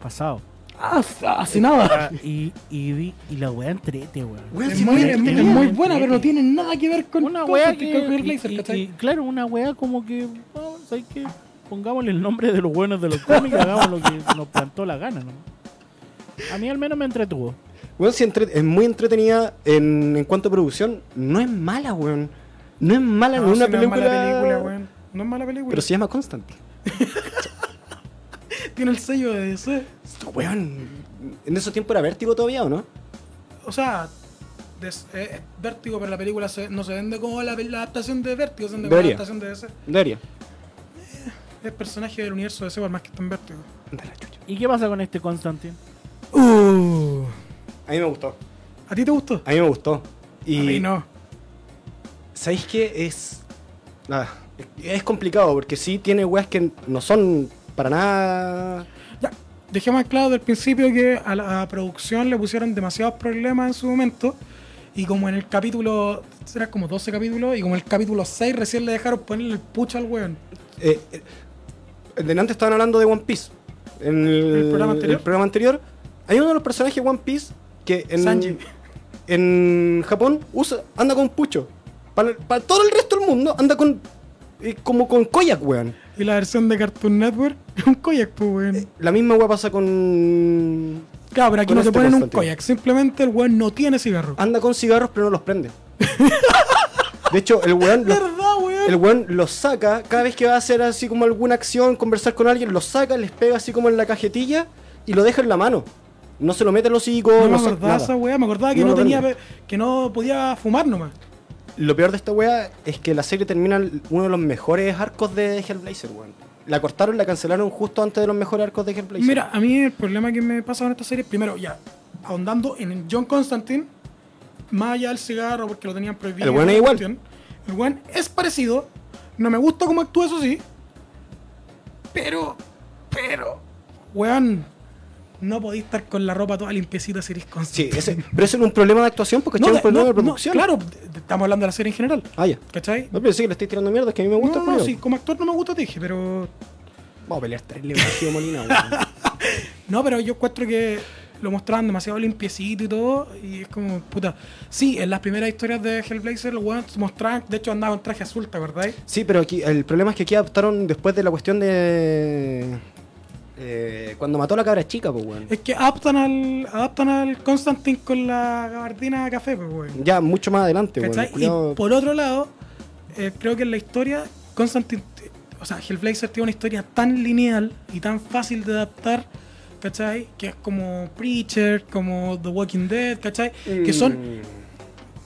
Speaker 1: pasado.
Speaker 3: Ah, así nada.
Speaker 1: Ah, y, y, vi- y la weá entrete, weón.
Speaker 2: Weón,
Speaker 3: Es
Speaker 2: si
Speaker 3: muy,
Speaker 2: no
Speaker 3: es-
Speaker 2: es-
Speaker 3: es
Speaker 1: tenía
Speaker 3: muy
Speaker 1: un
Speaker 3: buena, pero no
Speaker 1: entrete.
Speaker 3: tiene nada que ver con
Speaker 1: Una
Speaker 3: con-
Speaker 1: weá
Speaker 3: con-
Speaker 1: que.
Speaker 3: con
Speaker 1: y-
Speaker 2: Ah,
Speaker 3: Hellblazer,
Speaker 1: y-
Speaker 3: ¿cachai?
Speaker 1: y- claro, una weá como que. oh, ¿sabes qué? pongámosle el nombre de los buenos de los cómics, hagamos lo que nos plantó la gana, ¿no? A mí al menos me entretuvo.
Speaker 2: Weón, si entre- es muy entretenida en, en cuanto a producción. No es mala, weón. No es mala, no,
Speaker 3: No,
Speaker 2: es Ah, una
Speaker 3: si
Speaker 2: película.
Speaker 3: No es mala película, weón. No es mala película.
Speaker 2: Pero se llama Constantine.
Speaker 3: Tiene el sello de DC.
Speaker 2: Weón. En esos tiempos era vértigo todavía, ¿o no?
Speaker 3: O sea, des- eh, es Vértigo, pero la película se- no se vende como la, la adaptación de Vértigo, se vende como la
Speaker 2: Debería.
Speaker 3: adaptación de DC.
Speaker 2: Debería.
Speaker 3: Es personaje del universo de DC, por más que está en Vértigo.
Speaker 2: Anda la chucha.
Speaker 1: ¿Y qué pasa con este Constantine?
Speaker 3: Uh,
Speaker 2: A mí me gustó.
Speaker 3: ¿A ti te gustó?
Speaker 2: A mí me gustó. Y
Speaker 3: A mí no.
Speaker 2: ¿Sabéis qué? Es. ah, es complicado porque sí tiene weas que no son para nada.
Speaker 3: Ya, dejemos en claro del principio que a la producción le pusieron demasiados problemas en su momento. Y como en el capítulo, será como 12 capítulos, y como en el capítulo 6 recién le dejaron ponerle el pucho al weón.
Speaker 2: Eh, eh, delante estaban hablando de One Piece. En el,
Speaker 3: ¿El programa anterior?
Speaker 2: el programa anterior, Hay uno de los personajes de One Piece que en,
Speaker 3: Sanji.
Speaker 2: en Japón usa, anda con pucho. Para, para todo el resto del mundo anda con. eh, como con koyak, weón.
Speaker 3: Y la versión de Cartoon Network es un koyak, pues weón.
Speaker 2: La misma wea pasa con.
Speaker 3: claro, pero aquí
Speaker 2: Eh, con
Speaker 3: no te
Speaker 2: este Ah,
Speaker 3: ponen un
Speaker 2: Constantine.
Speaker 3: koyak, simplemente el weón no tiene cigarro.
Speaker 2: Anda con cigarros pero no los prende. De hecho, el weón. los-
Speaker 3: ¿Verdad, weón?
Speaker 2: El weón los saca, cada vez que va a hacer así como alguna acción, conversar con alguien, los saca, les pega así como en la cajetilla y lo deja en la mano. No se lo mete en los hocico,
Speaker 3: No
Speaker 2: no,
Speaker 3: me
Speaker 2: sa-
Speaker 3: acordaba
Speaker 2: nada.
Speaker 3: esa weá, me acordaba que
Speaker 2: No
Speaker 3: no,
Speaker 2: lo
Speaker 3: tenía
Speaker 2: prende.
Speaker 3: pe- que no podía fumar nomás.
Speaker 2: Lo peor de esta wea es que la serie termina en uno de los mejores arcos de Hellblazer, weón. La cortaron, la cancelaron justo antes de los mejores arcos de Hellblazer.
Speaker 3: Mira, a mí el problema que me pasa con esta serie, primero, ya, ahondando en John Constantine, más allá del cigarro porque lo tenían prohibido.
Speaker 2: El weón es
Speaker 3: la
Speaker 2: igual.
Speaker 3: cuestión, El weón es parecido, no me gusta cómo actúa, eso sí, pero, pero, weón, no podéis estar con la ropa toda limpiecita si eres
Speaker 2: sí,
Speaker 3: Constantine.
Speaker 2: ese, pero eso era un problema de actuación porque
Speaker 3: No,
Speaker 2: era
Speaker 3: de-
Speaker 2: un problema
Speaker 3: no,
Speaker 2: de
Speaker 3: no,
Speaker 2: producción.
Speaker 3: claro, de- de- estamos hablando de la serie en general,
Speaker 2: Ah, ya.
Speaker 3: ¿cachai?
Speaker 2: No, pero sí que le estoy tirando mierda, es que a mí me gusta el
Speaker 3: No, no,
Speaker 2: problema.
Speaker 3: sí, como actor no me gusta, te dije, pero
Speaker 2: Vamos a pelear tres libras, tío Molina, weón.
Speaker 3: No, pero yo encuentro que lo mostraban demasiado limpiecito y todo. Y es como, puta. Sí, en las primeras historias de Hellblazer, los weones mostraban. De hecho, andaba en traje azul, ¿te acordáis?
Speaker 2: Sí, pero aquí el problema es que aquí adaptaron después de la cuestión de. eh, cuando mató a la cabra chica, pues, weón.
Speaker 3: Es que adaptan al, adaptan al Constantine con la gabardina de café, pues, weón.
Speaker 2: Ya mucho más adelante, weón.
Speaker 3: ¿Cachai?
Speaker 2: el culiao-
Speaker 3: Y por otro lado, eh, creo que en la historia, Constantine, eh, o sea, Hellblazer tiene una historia tan lineal y tan fácil de adaptar, ¿cachai? Que es como Preacher, como The Walking Dead, ¿cachai? Que son.
Speaker 2: Mm.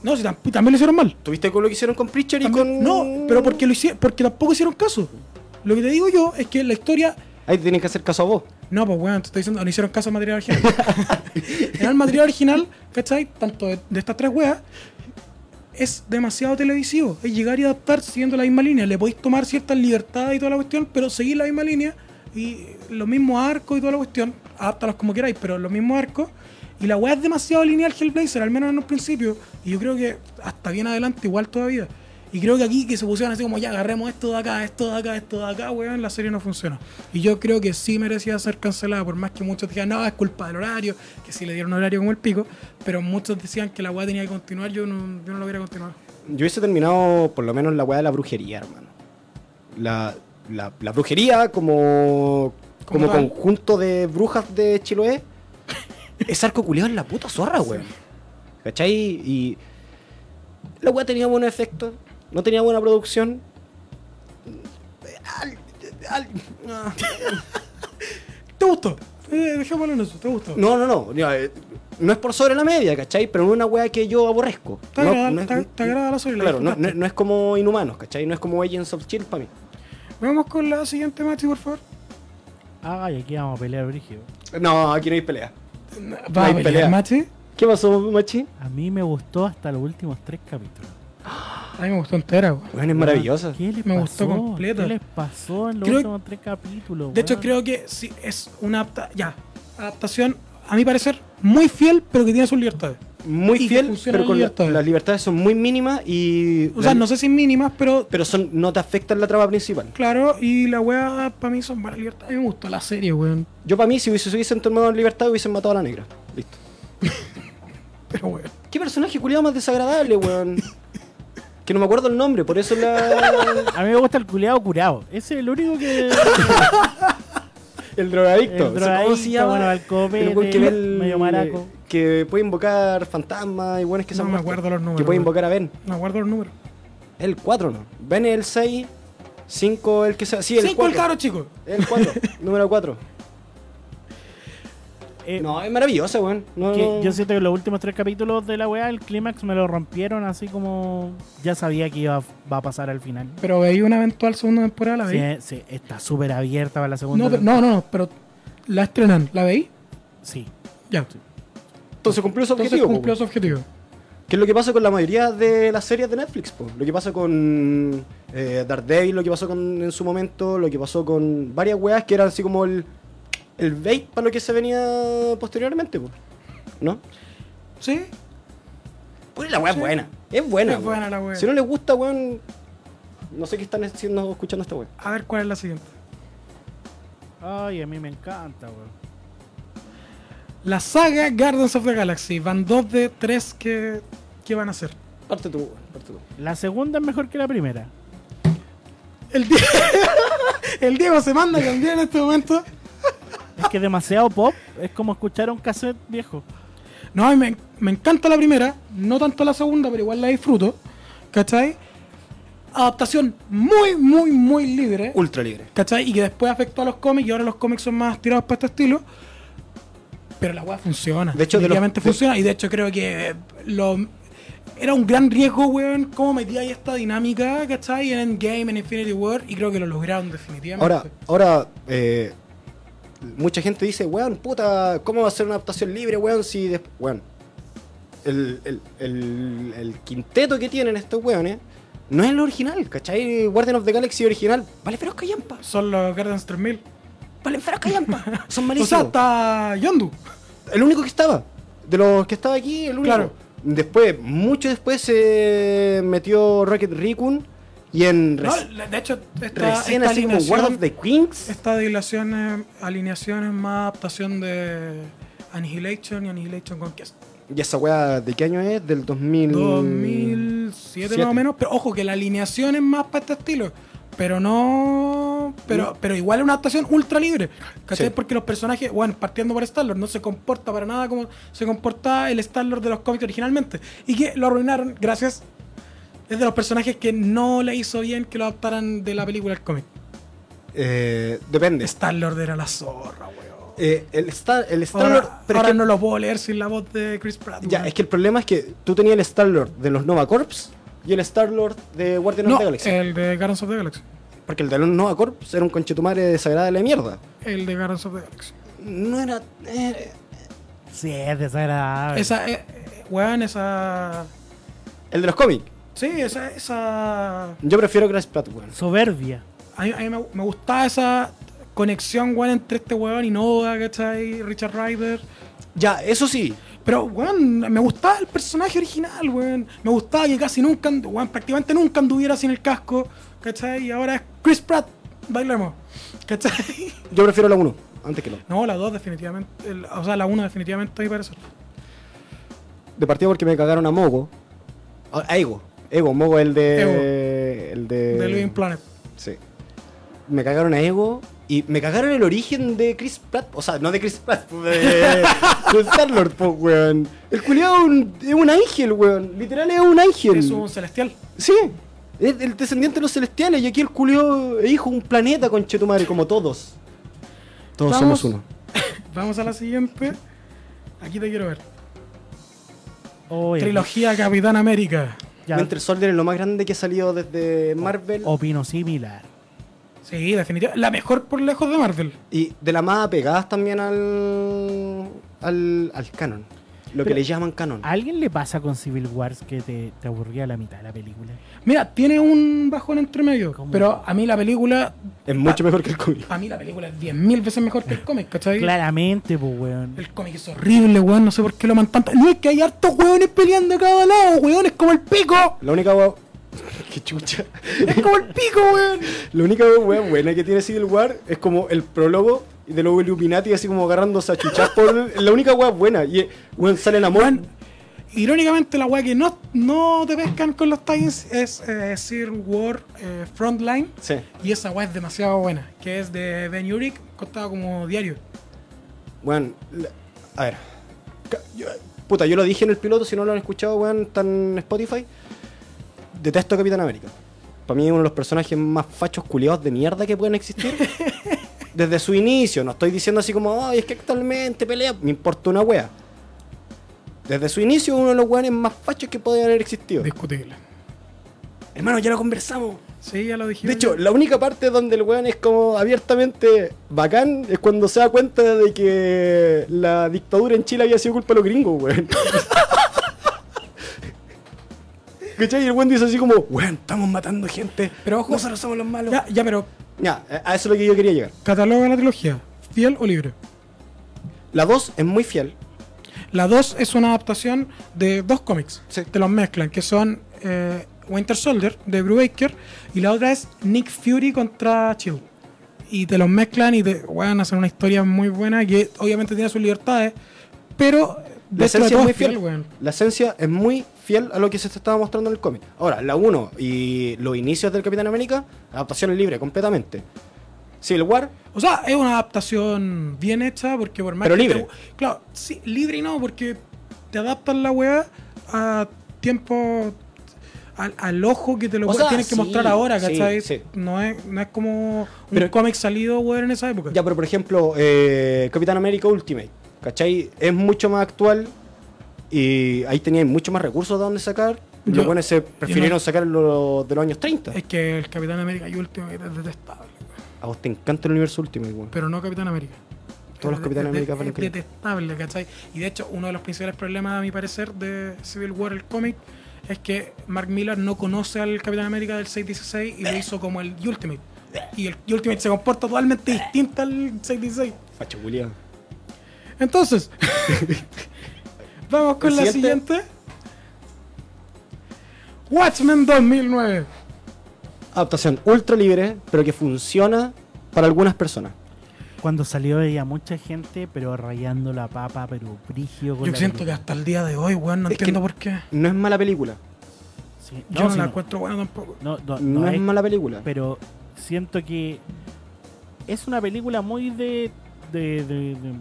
Speaker 3: No, si tam- también lo hicieron mal.
Speaker 2: ¿Tuviste con lo que hicieron con Preacher y con.?
Speaker 3: También- No, pero porque lo hici- porque tampoco hicieron caso. Lo que te digo yo es que la historia.
Speaker 2: Ahí te tienen que hacer caso a vos.
Speaker 3: No, pues weón, te estoy diciendo, no hicieron caso al material original. en el material original, ¿cachai? Tanto de, de estas tres weas, es demasiado televisivo. Es llegar y adaptar siguiendo la misma línea. Le podéis tomar ciertas libertades y toda la cuestión, pero seguir la misma línea y los mismos arcos y toda la cuestión. Adáptalos como queráis, pero los mismos arcos. Y la wea es demasiado lineal Hellblazer, al menos en un principio. Y yo creo que hasta bien adelante, igual todavía. Y creo que aquí que se pusieron así como ya agarremos esto de acá, esto de acá, esto de acá, weón, la serie no funciona. Y yo creo que sí merecía ser cancelada, por más que muchos digan, no, es culpa del horario, que sí le dieron horario como el pico, pero muchos decían que la weá tenía que continuar, yo no, yo no lo hubiera continuado.
Speaker 2: Yo hubiese terminado por lo menos la weá de la brujería, hermano. La, la, la brujería como.
Speaker 3: Como
Speaker 2: como
Speaker 3: tal.
Speaker 2: conjunto de brujas de Chiloé. es arco culiado en la puta zorra, weón. ¿Cachai? Y. La weá tenía buenos efectos. No tenía buena producción. Al- al- ah.
Speaker 3: ¿Te gustó? Eh, dejémoslo en eso, ¿te gustó?
Speaker 2: No, no, no. ya, eh, No es por sobre la media, ¿cachai? Pero no es una weá que yo aborrezco.
Speaker 3: Te
Speaker 2: No,
Speaker 3: agrada-
Speaker 2: no es-
Speaker 3: te- te agrada la serie, la
Speaker 2: Claro, no, no-
Speaker 3: disfrutaste.
Speaker 2: no es como Inhumanos, ¿cachai? No es como Agents of Chill para mí.
Speaker 3: Vamos con la siguiente match, por favor.
Speaker 1: Ay, Ah, aquí vamos a pelear, Brígido.
Speaker 2: No, aquí no hay pelea.
Speaker 3: Va
Speaker 2: hay
Speaker 3: a pelear
Speaker 2: pelea.
Speaker 3: Machi.
Speaker 2: ¿Qué pasó, Machi?
Speaker 1: A mí me gustó hasta los últimos tres capítulos.
Speaker 3: A mí me gustó entera, weón.
Speaker 2: Bueno, es maravillosa.
Speaker 1: ¿Qué les
Speaker 3: Me
Speaker 1: pasó?
Speaker 3: gustó completa.
Speaker 1: ¿Qué les pasó en los
Speaker 3: Creo-
Speaker 1: últimos tres capítulos?
Speaker 3: De hecho,
Speaker 1: weón?
Speaker 3: creo que sí, es una apta- ya, adaptación, a mi parecer, muy fiel, pero que tiene sus libertades. Y
Speaker 2: Muy
Speaker 3: que
Speaker 2: fiel,
Speaker 3: funcionan
Speaker 2: pero con la-
Speaker 3: libertades.
Speaker 2: las libertades son muy mínimas y.
Speaker 3: eh. O sea,
Speaker 2: la-
Speaker 3: no sé si mínimas, pero
Speaker 2: Pero son, no te afectan la trama principal.
Speaker 3: claro, y la weá para mí son buenas libertades. A mí me gustó la serie, weón.
Speaker 2: Yo, para mí, si hubiese- hubiesen tomado libertad, hubiesen matado a la negra. Listo.
Speaker 3: Pero weón.
Speaker 2: ¿Qué personaje culiado más desagradable, weón? Que no me acuerdo el nombre, por eso la...
Speaker 1: A mí me gusta el culeado curado. Ese es el único que.
Speaker 2: el drogadicto.
Speaker 1: El
Speaker 2: O sea,
Speaker 1: drogadicto, bueno, el copete,
Speaker 2: weón que ve el-
Speaker 1: medio maraco.
Speaker 2: Que puede invocar fantasmas y bueno, es que
Speaker 3: No
Speaker 2: son
Speaker 3: me
Speaker 2: muertos.
Speaker 3: acuerdo los números.
Speaker 2: Que puede
Speaker 3: weón.
Speaker 2: invocar a Ben.
Speaker 3: No acuerdo los números.
Speaker 2: El 4, ¿no? Ben es el 6, 5 el que sea. Sí, el
Speaker 3: Cinco el
Speaker 2: 4.
Speaker 3: cabro chico.
Speaker 2: El 4, número 4.
Speaker 1: Eh,
Speaker 2: No, es maravillosa, weón. No,
Speaker 1: que
Speaker 2: no-
Speaker 1: Yo siento que los últimos tres capítulos de la weá, el clímax me lo rompieron así como. Ya sabía que iba va a pasar al final.
Speaker 3: Pero veí una eventual segunda temporada, la
Speaker 1: Sí,
Speaker 3: veí.
Speaker 1: eh, sí, está súper abierta para la segunda.
Speaker 3: no, pero- no, no, no, pero la estrenan, ¿la veí?
Speaker 1: Sí.
Speaker 3: Ya.
Speaker 2: Entonces cumplió su
Speaker 3: Entonces
Speaker 2: objetivo.
Speaker 3: cumplió
Speaker 2: po,
Speaker 3: su objetivo.
Speaker 2: weón. Que es lo que pasa con la mayoría de las series de Netflix, po. Lo que pasa con eh, Daredevil, lo que pasó con en su momento, lo que pasó con varias weas que eran así como el, el bait para lo que se venía posteriormente, po. ¿No?
Speaker 3: Sí,
Speaker 2: Pues la wea
Speaker 3: Sí.
Speaker 2: es buena. Es buena.
Speaker 3: Es
Speaker 2: weón.
Speaker 3: buena la wea.
Speaker 2: Si no les gusta, weón. No sé qué están haciendo escuchando esta wea.
Speaker 3: a ver cuál es la siguiente.
Speaker 1: Ay, a mí me encanta, weón.
Speaker 3: La saga Gardens of the Galaxy. Van dos de tres que, que van a hacer.
Speaker 2: Parte tú, weón, parte tú.
Speaker 1: La segunda es mejor que la primera.
Speaker 3: El, Die- el Diego se manda a cambiar en este momento.
Speaker 1: Es que demasiado pop es como escuchar un cassette viejo.
Speaker 3: No, y me, me encanta la primera, no tanto la segunda, pero igual la disfruto. ¿Cachai? Adaptación muy, muy, muy libre.
Speaker 2: Ultra libre.
Speaker 3: ¿Cachai? Y que después afectó a los cómics y ahora los cómics son más tirados para este estilo. Pero la weá funciona.
Speaker 2: De hecho, de los-
Speaker 3: Definitivamente
Speaker 2: de-
Speaker 3: funciona. Y de hecho creo que eh, lo, era un gran riesgo, weón, cómo metía ahí esta dinámica, ¿cachai? En Endgame, en Infinity War. Y creo que lo lograron definitivamente.
Speaker 2: Ahora, ahora eh, mucha gente dice, weón, puta, ¿cómo va a ser una adaptación libre, weón? Si des- Weón, el, el- el- el quinteto que tienen estos weones no es el original, ¿cachai? Guardian of the Galaxy original. Vale, pero callampa.
Speaker 3: Son los Guardians 3000.
Speaker 2: Vale, pero callampa. Son
Speaker 3: O sea,
Speaker 2: malísimos.
Speaker 3: está Yondu.
Speaker 2: El único que estaba. De los que estaba aquí, el único.
Speaker 3: Claro.
Speaker 2: Después, mucho después se metió Rocket Raccoon y en
Speaker 3: No,
Speaker 2: reci-
Speaker 3: de hecho, esta,
Speaker 2: recién
Speaker 3: esta
Speaker 2: así como
Speaker 3: alineación-
Speaker 2: Guard of the Kings.
Speaker 3: Esta dilación, eh, alineación es más adaptación de Annihilation y Annihilation Conquest.
Speaker 2: ¿Y esa weá de qué año es? Del 2000...
Speaker 3: 2007 más
Speaker 2: Mm, Siete.
Speaker 3: o menos, pero ojo que la alineación es más para este estilo, pero no, pero pero igual es una actuación ultra libre, ¿cachai?
Speaker 2: Sí.
Speaker 3: Porque los personajes, bueno, partiendo por Star-Lord, no se comporta para nada como se comportaba el Star-Lord de los cómics originalmente y que lo arruinaron gracias es de los personajes que no le hizo bien que lo adaptaran de la película al cómic.
Speaker 2: Eh, depende.
Speaker 3: Star-Lord era la zorra, weón.
Speaker 2: Eh, el Star, el Star Lord...
Speaker 3: Ahora, ahora no lo puedo leer sin la voz de Chris Pratt.
Speaker 2: Ya,
Speaker 3: weón.
Speaker 2: es que el problema es que tú tenías el Star Lord de los Nova Corps y el Star Lord de Guardian
Speaker 3: no, eh.
Speaker 2: of the Galaxy.
Speaker 3: el de Guardians of the Galaxy.
Speaker 2: Porque el de los Nova Corps era un conchetumare desagradable de mierda.
Speaker 3: El de Guardians of the Galaxy.
Speaker 2: No era... eh,
Speaker 1: Sí, es desagradable.
Speaker 3: Esa, eh, eh, weón, esa.
Speaker 2: el de los cómics.
Speaker 3: Sí, esa. esa a,
Speaker 2: Yo prefiero Crash Pratt, weón.
Speaker 1: Soberbia.
Speaker 3: mí, a mí me, me gustaba esa conexión, weón, entre este weón y Noda, ¿cachai? Richard Ryder.
Speaker 2: Ya, eso sí.
Speaker 3: Pero, weón, me gustaba el personaje original, weón. Me gustaba que casi nunca, andu- weón, prácticamente nunca anduviera sin el casco, ¿cachai? Y ahora es Chris Pratt, bailemos, ¿cachai?
Speaker 2: Yo prefiero la 1 antes que la otra.
Speaker 3: No, la 2 definitivamente, el- o sea, la 1 definitivamente a mi parecer.
Speaker 2: De partida porque me cagaron a Mogo. A a Ego. Ego, Mogo el de... El de...
Speaker 3: De Living Planet.
Speaker 2: Sí. Me cagaron a Ego y me cagaron el origen de Chris Pratt. O sea, no de Chris Pratt, de, de Star-Lord, po, weón. El culiado es un ángel, weón. Literal es un ángel.
Speaker 3: Es un celestial.
Speaker 2: Sí. Es el descendiente de los celestiales y aquí el culiado es hijo de un planeta, conchetumare, como todos. Todos
Speaker 3: Estamos-
Speaker 2: somos uno.
Speaker 3: Vamos a la siguiente. Aquí te quiero ver.
Speaker 1: Oye,
Speaker 3: Trilogía Capitán América.
Speaker 1: ya
Speaker 2: Winter Soldier es lo más grande que ha salido desde Marvel
Speaker 3: Oh,
Speaker 1: opino similar.
Speaker 3: Sí, definitivamente. La mejor por lejos de Marvel.
Speaker 2: y de la más apegadas también al, al, al canon. Lo que
Speaker 1: Pero-
Speaker 2: le llaman canon.
Speaker 1: ¿A alguien le pasa con Civil Wars que te, te aburría la mitad de la película?
Speaker 3: Mira, tiene un bajón entre medio.
Speaker 1: ¿Cómo?
Speaker 3: Pero a mí la película.
Speaker 2: Es mucho mejor que el cómic.
Speaker 3: A mí la película es 10.000 veces mejor que el cómic, ¿cachai?
Speaker 1: Claramente, pues, weón.
Speaker 3: El cómic es horrible, weón. No sé por qué lo aman tanto. No es que hay hartos weones peleando a cada lado, weón. Es como el pico.
Speaker 2: La única hueá. Qué chucha.
Speaker 3: Es como el pico, weón.
Speaker 2: La única hueá buena que tiene Civil War es como el prólogo de los Illuminati así como agarrándose a chuchar por. La única hueá buena. Y, eh, weón, salen a Mon.
Speaker 3: Irónicamente, la weá que no, no te pescan con los tie-ins es eh, Civil War eh, Frontline.
Speaker 2: Sí.
Speaker 3: Y esa weá es demasiado buena, que es de Ben Urich, contaba como diario.
Speaker 2: Bueno, la- a ver. Ca- yo- Puta, yo lo dije en el piloto, si no lo han escuchado, weón, están en Spotify. Detesto a Capitán América. Para mí es uno de los personajes más fachos culiados de mierda que pueden existir. Desde su inicio, no estoy diciendo así como, ay, es que actualmente pelea, me importa una wea. Desde su inicio, uno de los weones más fachos que podían haber existido.
Speaker 3: Discutible.
Speaker 2: Hermano, ya lo conversamos.
Speaker 3: Sí, ya lo dijimos.
Speaker 2: De hecho, la única parte donde el weón es como abiertamente bacán es cuando se da cuenta de que la dictadura en Chile había sido culpa de los gringos, weón. ¿Cachai? Y el weón dice así como, weón, estamos matando gente.
Speaker 3: Pero ojo-
Speaker 2: nosotros somos los malos. Ya,
Speaker 3: ya, ya, pero
Speaker 2: a eso es lo que yo quería llegar.
Speaker 3: cataloga la trilogía, fiel o libre.
Speaker 2: La 2 es muy fiel.
Speaker 3: La 2 es una adaptación de dos cómics.
Speaker 2: Sí.
Speaker 3: Te los mezclan, que son eh, Winter Soldier de Brubaker y la otra es Nick Fury contra Chill. Y te los mezclan y te van a hacer una historia muy buena que obviamente tiene sus libertades, pero
Speaker 2: La
Speaker 3: dentro de
Speaker 2: esencia
Speaker 3: todo
Speaker 2: es muy
Speaker 3: es fiel,
Speaker 2: fiel.
Speaker 3: weón.
Speaker 2: La esencia es muy fiel a lo que se te estaba mostrando en el cómic. Ahora, la 1 y los inicios del Capitán América, adaptación libre completamente. Civil War,
Speaker 3: O sea, es una adaptación bien hecha porque por más
Speaker 2: Pero
Speaker 3: que te-
Speaker 2: libre.
Speaker 3: claro, sí, libre y no, porque te adaptan la weá a tiempo. Al, al ojo que te lo
Speaker 2: O
Speaker 3: weá
Speaker 2: sea,
Speaker 3: tienes que
Speaker 2: sí,
Speaker 3: mostrar ahora,
Speaker 2: sí,
Speaker 3: ¿cachai?
Speaker 2: sí.
Speaker 3: No, es, no es como un
Speaker 2: Pero-
Speaker 3: cómic salido, weón, en esa época.
Speaker 2: Ya, pero por ejemplo, eh, Capitán América Ultimate, ¿cachai? Es mucho más actual y ahí tenían mucho más recursos de donde sacar.
Speaker 3: Yo-
Speaker 2: Los buenos se prefirieron sacar lo- de los años 30.
Speaker 3: Es que el Capitán América y último es detestable,
Speaker 2: A vos te encanta el universo Ultimate, weón.
Speaker 3: pero no Capitán América.
Speaker 2: Todos los
Speaker 3: Es
Speaker 2: Capitán
Speaker 3: de-
Speaker 2: América
Speaker 3: es
Speaker 2: valen que-
Speaker 3: detestable, ¿cachai? Y de hecho, uno de los principales problemas, a mi parecer, de Civil War, el cómic, es que Mark Miller no conoce al Capitán América del 616 y lo hizo como el Ultimate. Y el Ultimate se comporta totalmente distinto al 616.
Speaker 2: Facho culiao.
Speaker 3: Entonces, vamos con
Speaker 2: ¿El
Speaker 3: la
Speaker 2: siguiente?
Speaker 3: siguiente. Watchmen 2009.
Speaker 2: Adaptación ultra libre, pero que funciona para algunas personas.
Speaker 1: Cuando salió veía mucha gente, pero rayando la papa, pero brigio con
Speaker 3: Yo
Speaker 1: la
Speaker 3: siento que
Speaker 1: película.
Speaker 3: hasta el día de hoy, weón, no
Speaker 2: Es que-
Speaker 3: entiendo por qué.
Speaker 2: No es mala película.
Speaker 1: Sí,
Speaker 3: Yo no,
Speaker 1: sí,
Speaker 3: la encuentro buena tampoco.
Speaker 1: no, no,
Speaker 2: No,
Speaker 1: no
Speaker 2: es,
Speaker 1: es-
Speaker 2: mala película.
Speaker 1: pero siento que es una película muy de, de- de- de-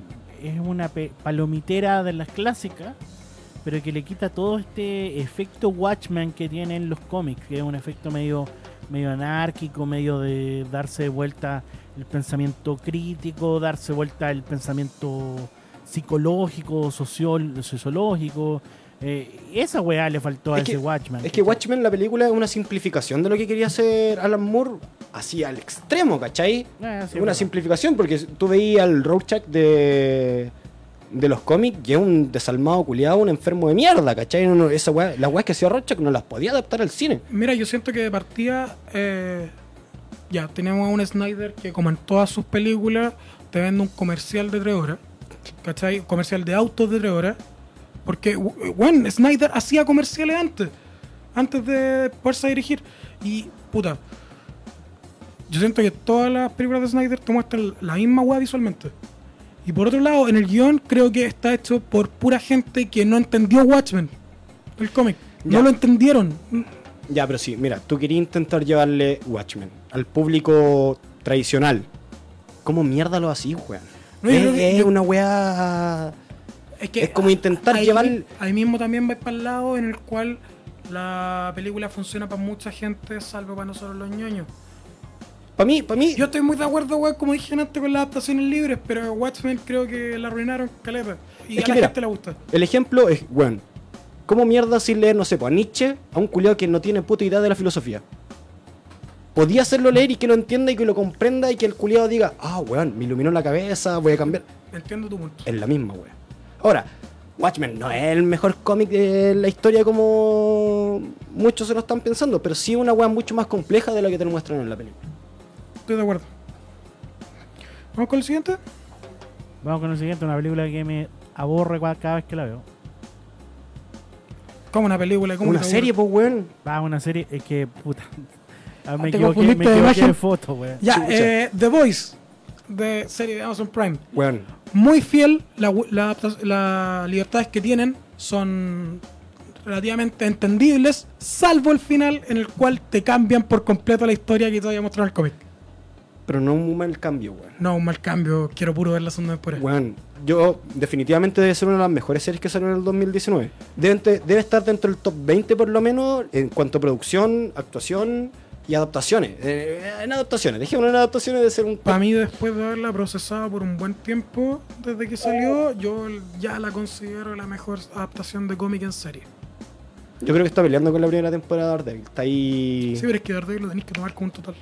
Speaker 1: es una pe- palomitera de las clásicas pero que le quita todo este efecto Watchman que tienen los cómics que es un efecto medio medio anárquico medio de darse vuelta el pensamiento crítico darse vuelta el pensamiento psicológico socio- sociológico Eh, esa weá le faltó a
Speaker 2: Es
Speaker 1: ese
Speaker 2: que-
Speaker 1: Watchman
Speaker 2: Es que Watchmen, la película, es una simplificación de lo que quería hacer Alan Moore, así al extremo, ¿cachai?
Speaker 1: Eh,
Speaker 2: Es
Speaker 1: sí,
Speaker 2: una
Speaker 1: es verdad.
Speaker 2: simplificación, porque tú veías al Rorschach de, de los cómics y es un desalmado culiado, un enfermo de mierda, ¿cachai? Uno- esa weá- las weas que hacía Rorschach no las podía adaptar al cine.
Speaker 3: Mira, yo siento que de partida, eh, ya, tenemos a un Snyder que como en todas sus películas te vende un comercial de tres horas, ¿cachai? Comercial de autos de tres horas, porque, we- weón, Snyder hacía comerciales antes, antes de poderse dirigir, y, puta, yo siento que todas las películas de Snyder te muestran la misma weá visualmente. Y por otro lado, en el guión creo que está hecho por pura gente que no entendió Watchmen, el cómic.
Speaker 2: Ya.
Speaker 3: No lo entendieron.
Speaker 2: Ya, pero sí, mira, tú querías intentar llevarle Watchmen al público tradicional. ¿Cómo mierda lo así, weón?
Speaker 3: No, yo
Speaker 2: es,
Speaker 3: creo que-
Speaker 2: es
Speaker 3: yo-
Speaker 2: una weá...
Speaker 3: Es, que
Speaker 2: Es como intentar
Speaker 3: ahí-
Speaker 2: llevar-
Speaker 3: Ahí mismo también vais para el lado en el cual la película funciona para mucha gente, salvo para nosotros los ñoños.
Speaker 2: Para mí, para mí...
Speaker 3: Yo estoy muy de acuerdo, weón, como dije antes, con las adaptaciones libres, pero Watchmen creo que la arruinaron caleta. Y
Speaker 2: Es
Speaker 3: a
Speaker 2: que
Speaker 3: la
Speaker 2: mira,
Speaker 3: gente le gusta.
Speaker 2: El ejemplo es, weón, ¿cómo mierda sin leer, no sé, pues, a Nietzsche, a un culiado que no tiene puta idea de la filosofía? Podía hacerlo leer y que lo entienda y que lo comprenda y que el culiado diga, ah, weón, me iluminó la cabeza, voy a cambiar.
Speaker 3: Entiendo tu punto.
Speaker 2: Es la misma, weón. Ahora, Watchmen no es el mejor cómic de la historia como muchos se lo están pensando, pero sí es una weón mucho más compleja de la que te lo muestran en la película.
Speaker 3: Estoy de acuerdo. ¿Vamos con el siguiente?
Speaker 1: Vamos con el siguiente, una película que me aborre cua- cada vez que la veo.
Speaker 3: Como una película, como
Speaker 2: Una serie, pues, weón.
Speaker 1: Va, una serie, es que puta. Ah, me
Speaker 3: Te
Speaker 1: equivoqué, me
Speaker 3: confundiste de
Speaker 1: equivoqué
Speaker 3: imagen.
Speaker 1: de foto, weón.
Speaker 3: Ya,
Speaker 2: Chucha.
Speaker 3: eh, The Voice, de serie de Amazon Prime.
Speaker 2: Weón,
Speaker 3: muy fiel. la- la adapta- Las libertades que tienen son relativamente entendibles, salvo el final en el cual te cambian por completo la historia que te había mostrado en el cómic.
Speaker 2: Pero no un mal cambio, weón.
Speaker 3: No, un mal cambio, quiero puro ver la segunda temporada.
Speaker 2: Weón, yo definitivamente debe ser una de las mejores series que salió en el 2019. Deben te- debe estar dentro del top 20 por lo menos en cuanto a producción, actuación y adaptaciones. Eh, en adaptaciones, dejémonos en adaptaciones de ser un...
Speaker 3: Para mí, después de haberla procesado por un buen tiempo desde que salió, yo ya la considero la mejor adaptación de cómic en serie.
Speaker 2: Yo creo que está peleando con la primera temporada de Daredevil. Está ahí...
Speaker 3: Sí, pero es que Daredevil lo tenéis que tomar como un total.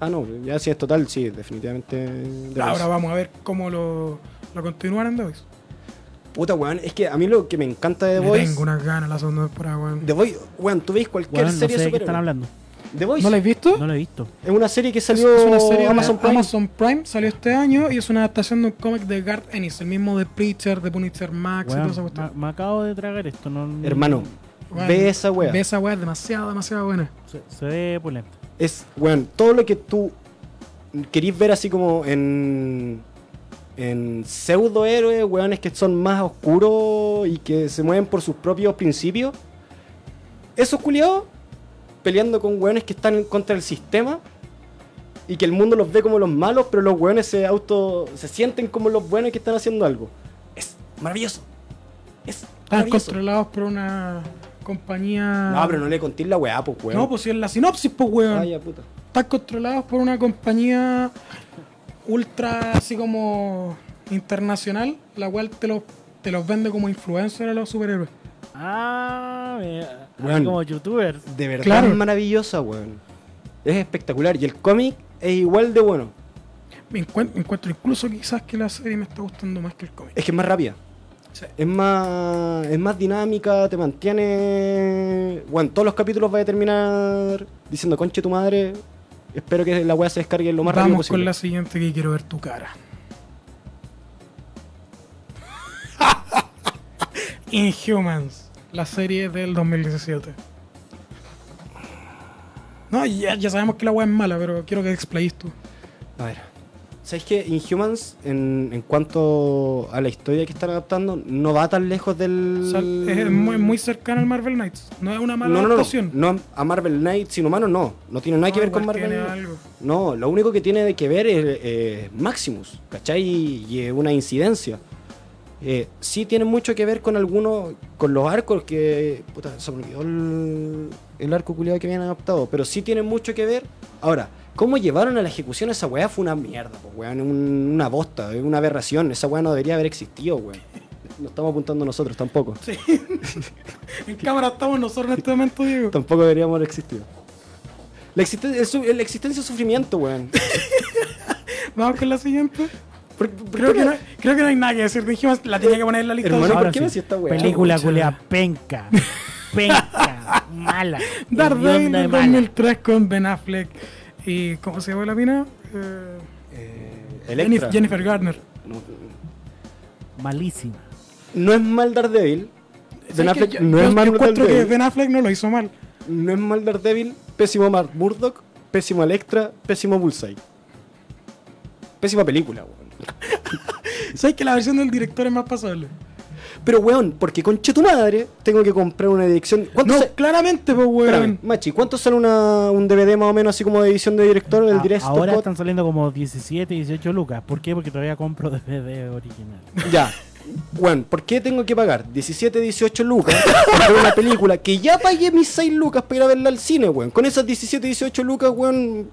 Speaker 2: Ah, no, ya si es total, sí, definitivamente... debe
Speaker 3: Ahora
Speaker 2: ser.
Speaker 3: vamos a ver cómo lo, lo continúan en The Voice.
Speaker 2: Puta, weón, es que a mí lo que me encanta de The
Speaker 3: Le
Speaker 2: Voice...
Speaker 3: tengo unas ganas la segunda temporada, weón.
Speaker 2: The Voice, weón, tú veis cualquier
Speaker 1: Weón, no sé de
Speaker 2: serie
Speaker 1: qué
Speaker 2: superhéroe.
Speaker 1: están hablando.
Speaker 2: The Voice
Speaker 3: ¿No la has visto?
Speaker 1: No lo he visto.
Speaker 3: Ah,
Speaker 2: es una serie que
Speaker 3: Es-
Speaker 2: salió
Speaker 3: es una serie de
Speaker 2: Amazon Prime.
Speaker 3: Amazon Prime, salió este año y es una adaptación de un cómic de Garth Ennis, el mismo de Preacher, de Punisher Max y
Speaker 1: Weón,
Speaker 3: toda esa cuestión.
Speaker 1: me, me acabo de tragar esto. No,
Speaker 2: Hermano,
Speaker 3: Weón,
Speaker 2: ve esa weá.
Speaker 3: Ve esa weá, es demasiado, demasiado buena.
Speaker 1: Se, se ve pues polenta.
Speaker 2: Es, weón, todo lo que tú querís ver así como en. En pseudo héroes, weones que son más oscuros y que se mueven por sus propios principios. Esos culiados peleando con weones que están contra el sistema y que el mundo los ve como los malos, pero los weones se auto. se sienten como los buenos que están haciendo algo. Es maravilloso. Es
Speaker 3: Están
Speaker 2: maravilloso.
Speaker 3: controlados por una compañía.
Speaker 2: No, pero no le contéis la weá, pues weón.
Speaker 3: No, pues si es la sinopsis, pues weón.
Speaker 2: Ay, ya, puta.
Speaker 3: Están controlados por una compañía ultra así como internacional, la cual te los, te los vende como influencer a los superhéroes.
Speaker 1: Ah, me-
Speaker 2: Weón.
Speaker 1: como youtuber.
Speaker 2: De verdad
Speaker 3: Claro.
Speaker 2: es maravillosa, weón. Es espectacular. Y el cómic es igual de bueno.
Speaker 3: Me encuent- encuentro incluso quizás que la serie me está gustando más que el cómic.
Speaker 2: Es que es más rápida.
Speaker 3: Sí.
Speaker 2: Es más. Es más dinámica, te mantiene. Weón, todos los capítulos vas a terminar diciendo, conche tu madre. Espero que la weá se descargue lo más rápido
Speaker 3: Vamos
Speaker 2: posible.
Speaker 3: con la siguiente que quiero ver tu cara. Inhumans, la serie del 2017. No, ya, ya sabemos que la weá es mala, pero quiero que explayes tú.
Speaker 2: A ver. ¿Sabes que Inhumans, en, en cuanto a la historia que están adaptando, no va tan lejos del.
Speaker 3: O sea, es muy, muy cercano al Marvel Knights. No es una mala
Speaker 2: Mm. no, no, no, no,
Speaker 3: adaptación.
Speaker 2: No, a Marvel Knight, sin humano no. No tiene nada que
Speaker 3: No,
Speaker 2: ver con
Speaker 3: igual
Speaker 2: Marvel
Speaker 3: tiene
Speaker 2: Knight.
Speaker 3: algo.
Speaker 2: No, lo único que tiene de que ver es eh, Maximus, ¿cachai? Y es una incidencia. Eh, sí tiene mucho que ver con algunos, con los arcos que... Puta, se me olvidó el, el arco culiado que habían adaptado, pero sí tiene mucho que ver. Ahora, cómo llevaron a la ejecución a esa weá fue una mierda, pues, weón, un- una bosta, eh, una aberración. Esa weá no debería haber existido, weón. No estamos apuntando nosotros tampoco.
Speaker 3: Sí. en cámara estamos nosotros en este momento, Diego.
Speaker 2: Tampoco deberíamos haber existido. La, existen- el su- la existencia es sufrimiento, weón.
Speaker 3: Vamos con la siguiente.
Speaker 2: ¿Por- por
Speaker 3: Creo
Speaker 2: qué
Speaker 3: que,
Speaker 2: la-
Speaker 3: no, creo que no hay nada que decir. Dijimos, la tenía que poner en la lista.
Speaker 2: Hermano,
Speaker 3: Ahora
Speaker 2: ¿por qué
Speaker 1: sí.
Speaker 2: me hacía esta weá?
Speaker 1: Película
Speaker 3: Chucha.
Speaker 1: culea penca. Penca. mala.
Speaker 3: Daredevil
Speaker 1: hedionda de
Speaker 3: en
Speaker 1: mala.
Speaker 3: 2003 con Ben Affleck. ¿Y cómo se llama la mina? Eh,
Speaker 2: Eh,
Speaker 3: Jennifer,
Speaker 2: Electra.
Speaker 3: Jennifer Garner.
Speaker 2: No,
Speaker 1: Malísima.
Speaker 2: no es mal Daredevil. Ben
Speaker 3: ¿Sabes
Speaker 2: Affleck
Speaker 3: qué? Yo-
Speaker 2: no
Speaker 3: yo-
Speaker 2: es
Speaker 3: yo
Speaker 2: mal
Speaker 3: encuentro que
Speaker 2: Daredevil.
Speaker 3: Ben Affleck no lo hizo mal.
Speaker 2: No es mal Daredevil. Pésimo Mark Murdock. Pésimo Electra. Pésimo Bullseye. Pésima película, weón.
Speaker 3: ¿Sabes que la versión del director es más pasable?
Speaker 2: Pero, weón, porque conche tu madre, tengo que comprar una edición. ¿Cuánto
Speaker 3: No,
Speaker 2: sa-
Speaker 3: claramente, pues,
Speaker 2: Espérame,
Speaker 3: weón.
Speaker 2: Machi, ¿cuánto sale una- un DVD más o menos así como de edición de director? El
Speaker 1: A-
Speaker 2: director
Speaker 1: ahora están saliendo como 17, 18 lucas. ¿Por qué? Porque todavía compro DVD original.
Speaker 2: Ya. Bueno, ¿por qué tengo que pagar 17, 18 lucas por ver una película que ya pagué mis 6 lucas para ir a verla al cine, weón? Con esas 17, 18 lucas, weón,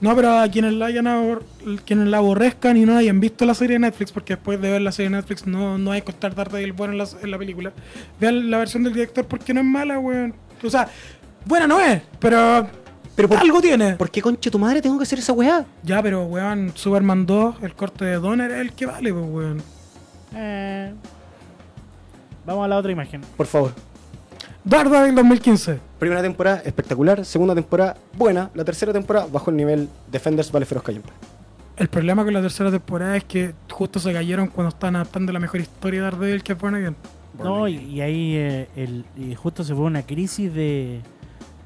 Speaker 3: No, pero a quienes la, hayan abor- quienes la aborrezcan y no hayan visto la serie de Netflix, porque después de ver la serie de Netflix no, no hay que estar tarde del bueno en la, en la película, vean la versión del director porque no es mala, weón. O sea, buena no es, pero,
Speaker 2: Pero por-
Speaker 3: algo tiene.
Speaker 2: ¿por qué concha tu madre tengo que hacer esa weá?
Speaker 3: Ya, pero weón, Superman 2, el corte de Donner es el que vale, pues weón.
Speaker 1: Eh, vamos a la otra imagen.
Speaker 2: Por favor.
Speaker 3: Daredevil 2015.
Speaker 2: Primera temporada espectacular, segunda temporada buena, la tercera temporada bajo el nivel Defenders Vale Feroz Cayampa.
Speaker 3: El problema con la tercera temporada es que justo se cayeron cuando estaban adaptando la mejor historia de Daredevil que es Born Again.
Speaker 1: No, y, y ahí eh, el, y justo se fue una crisis de,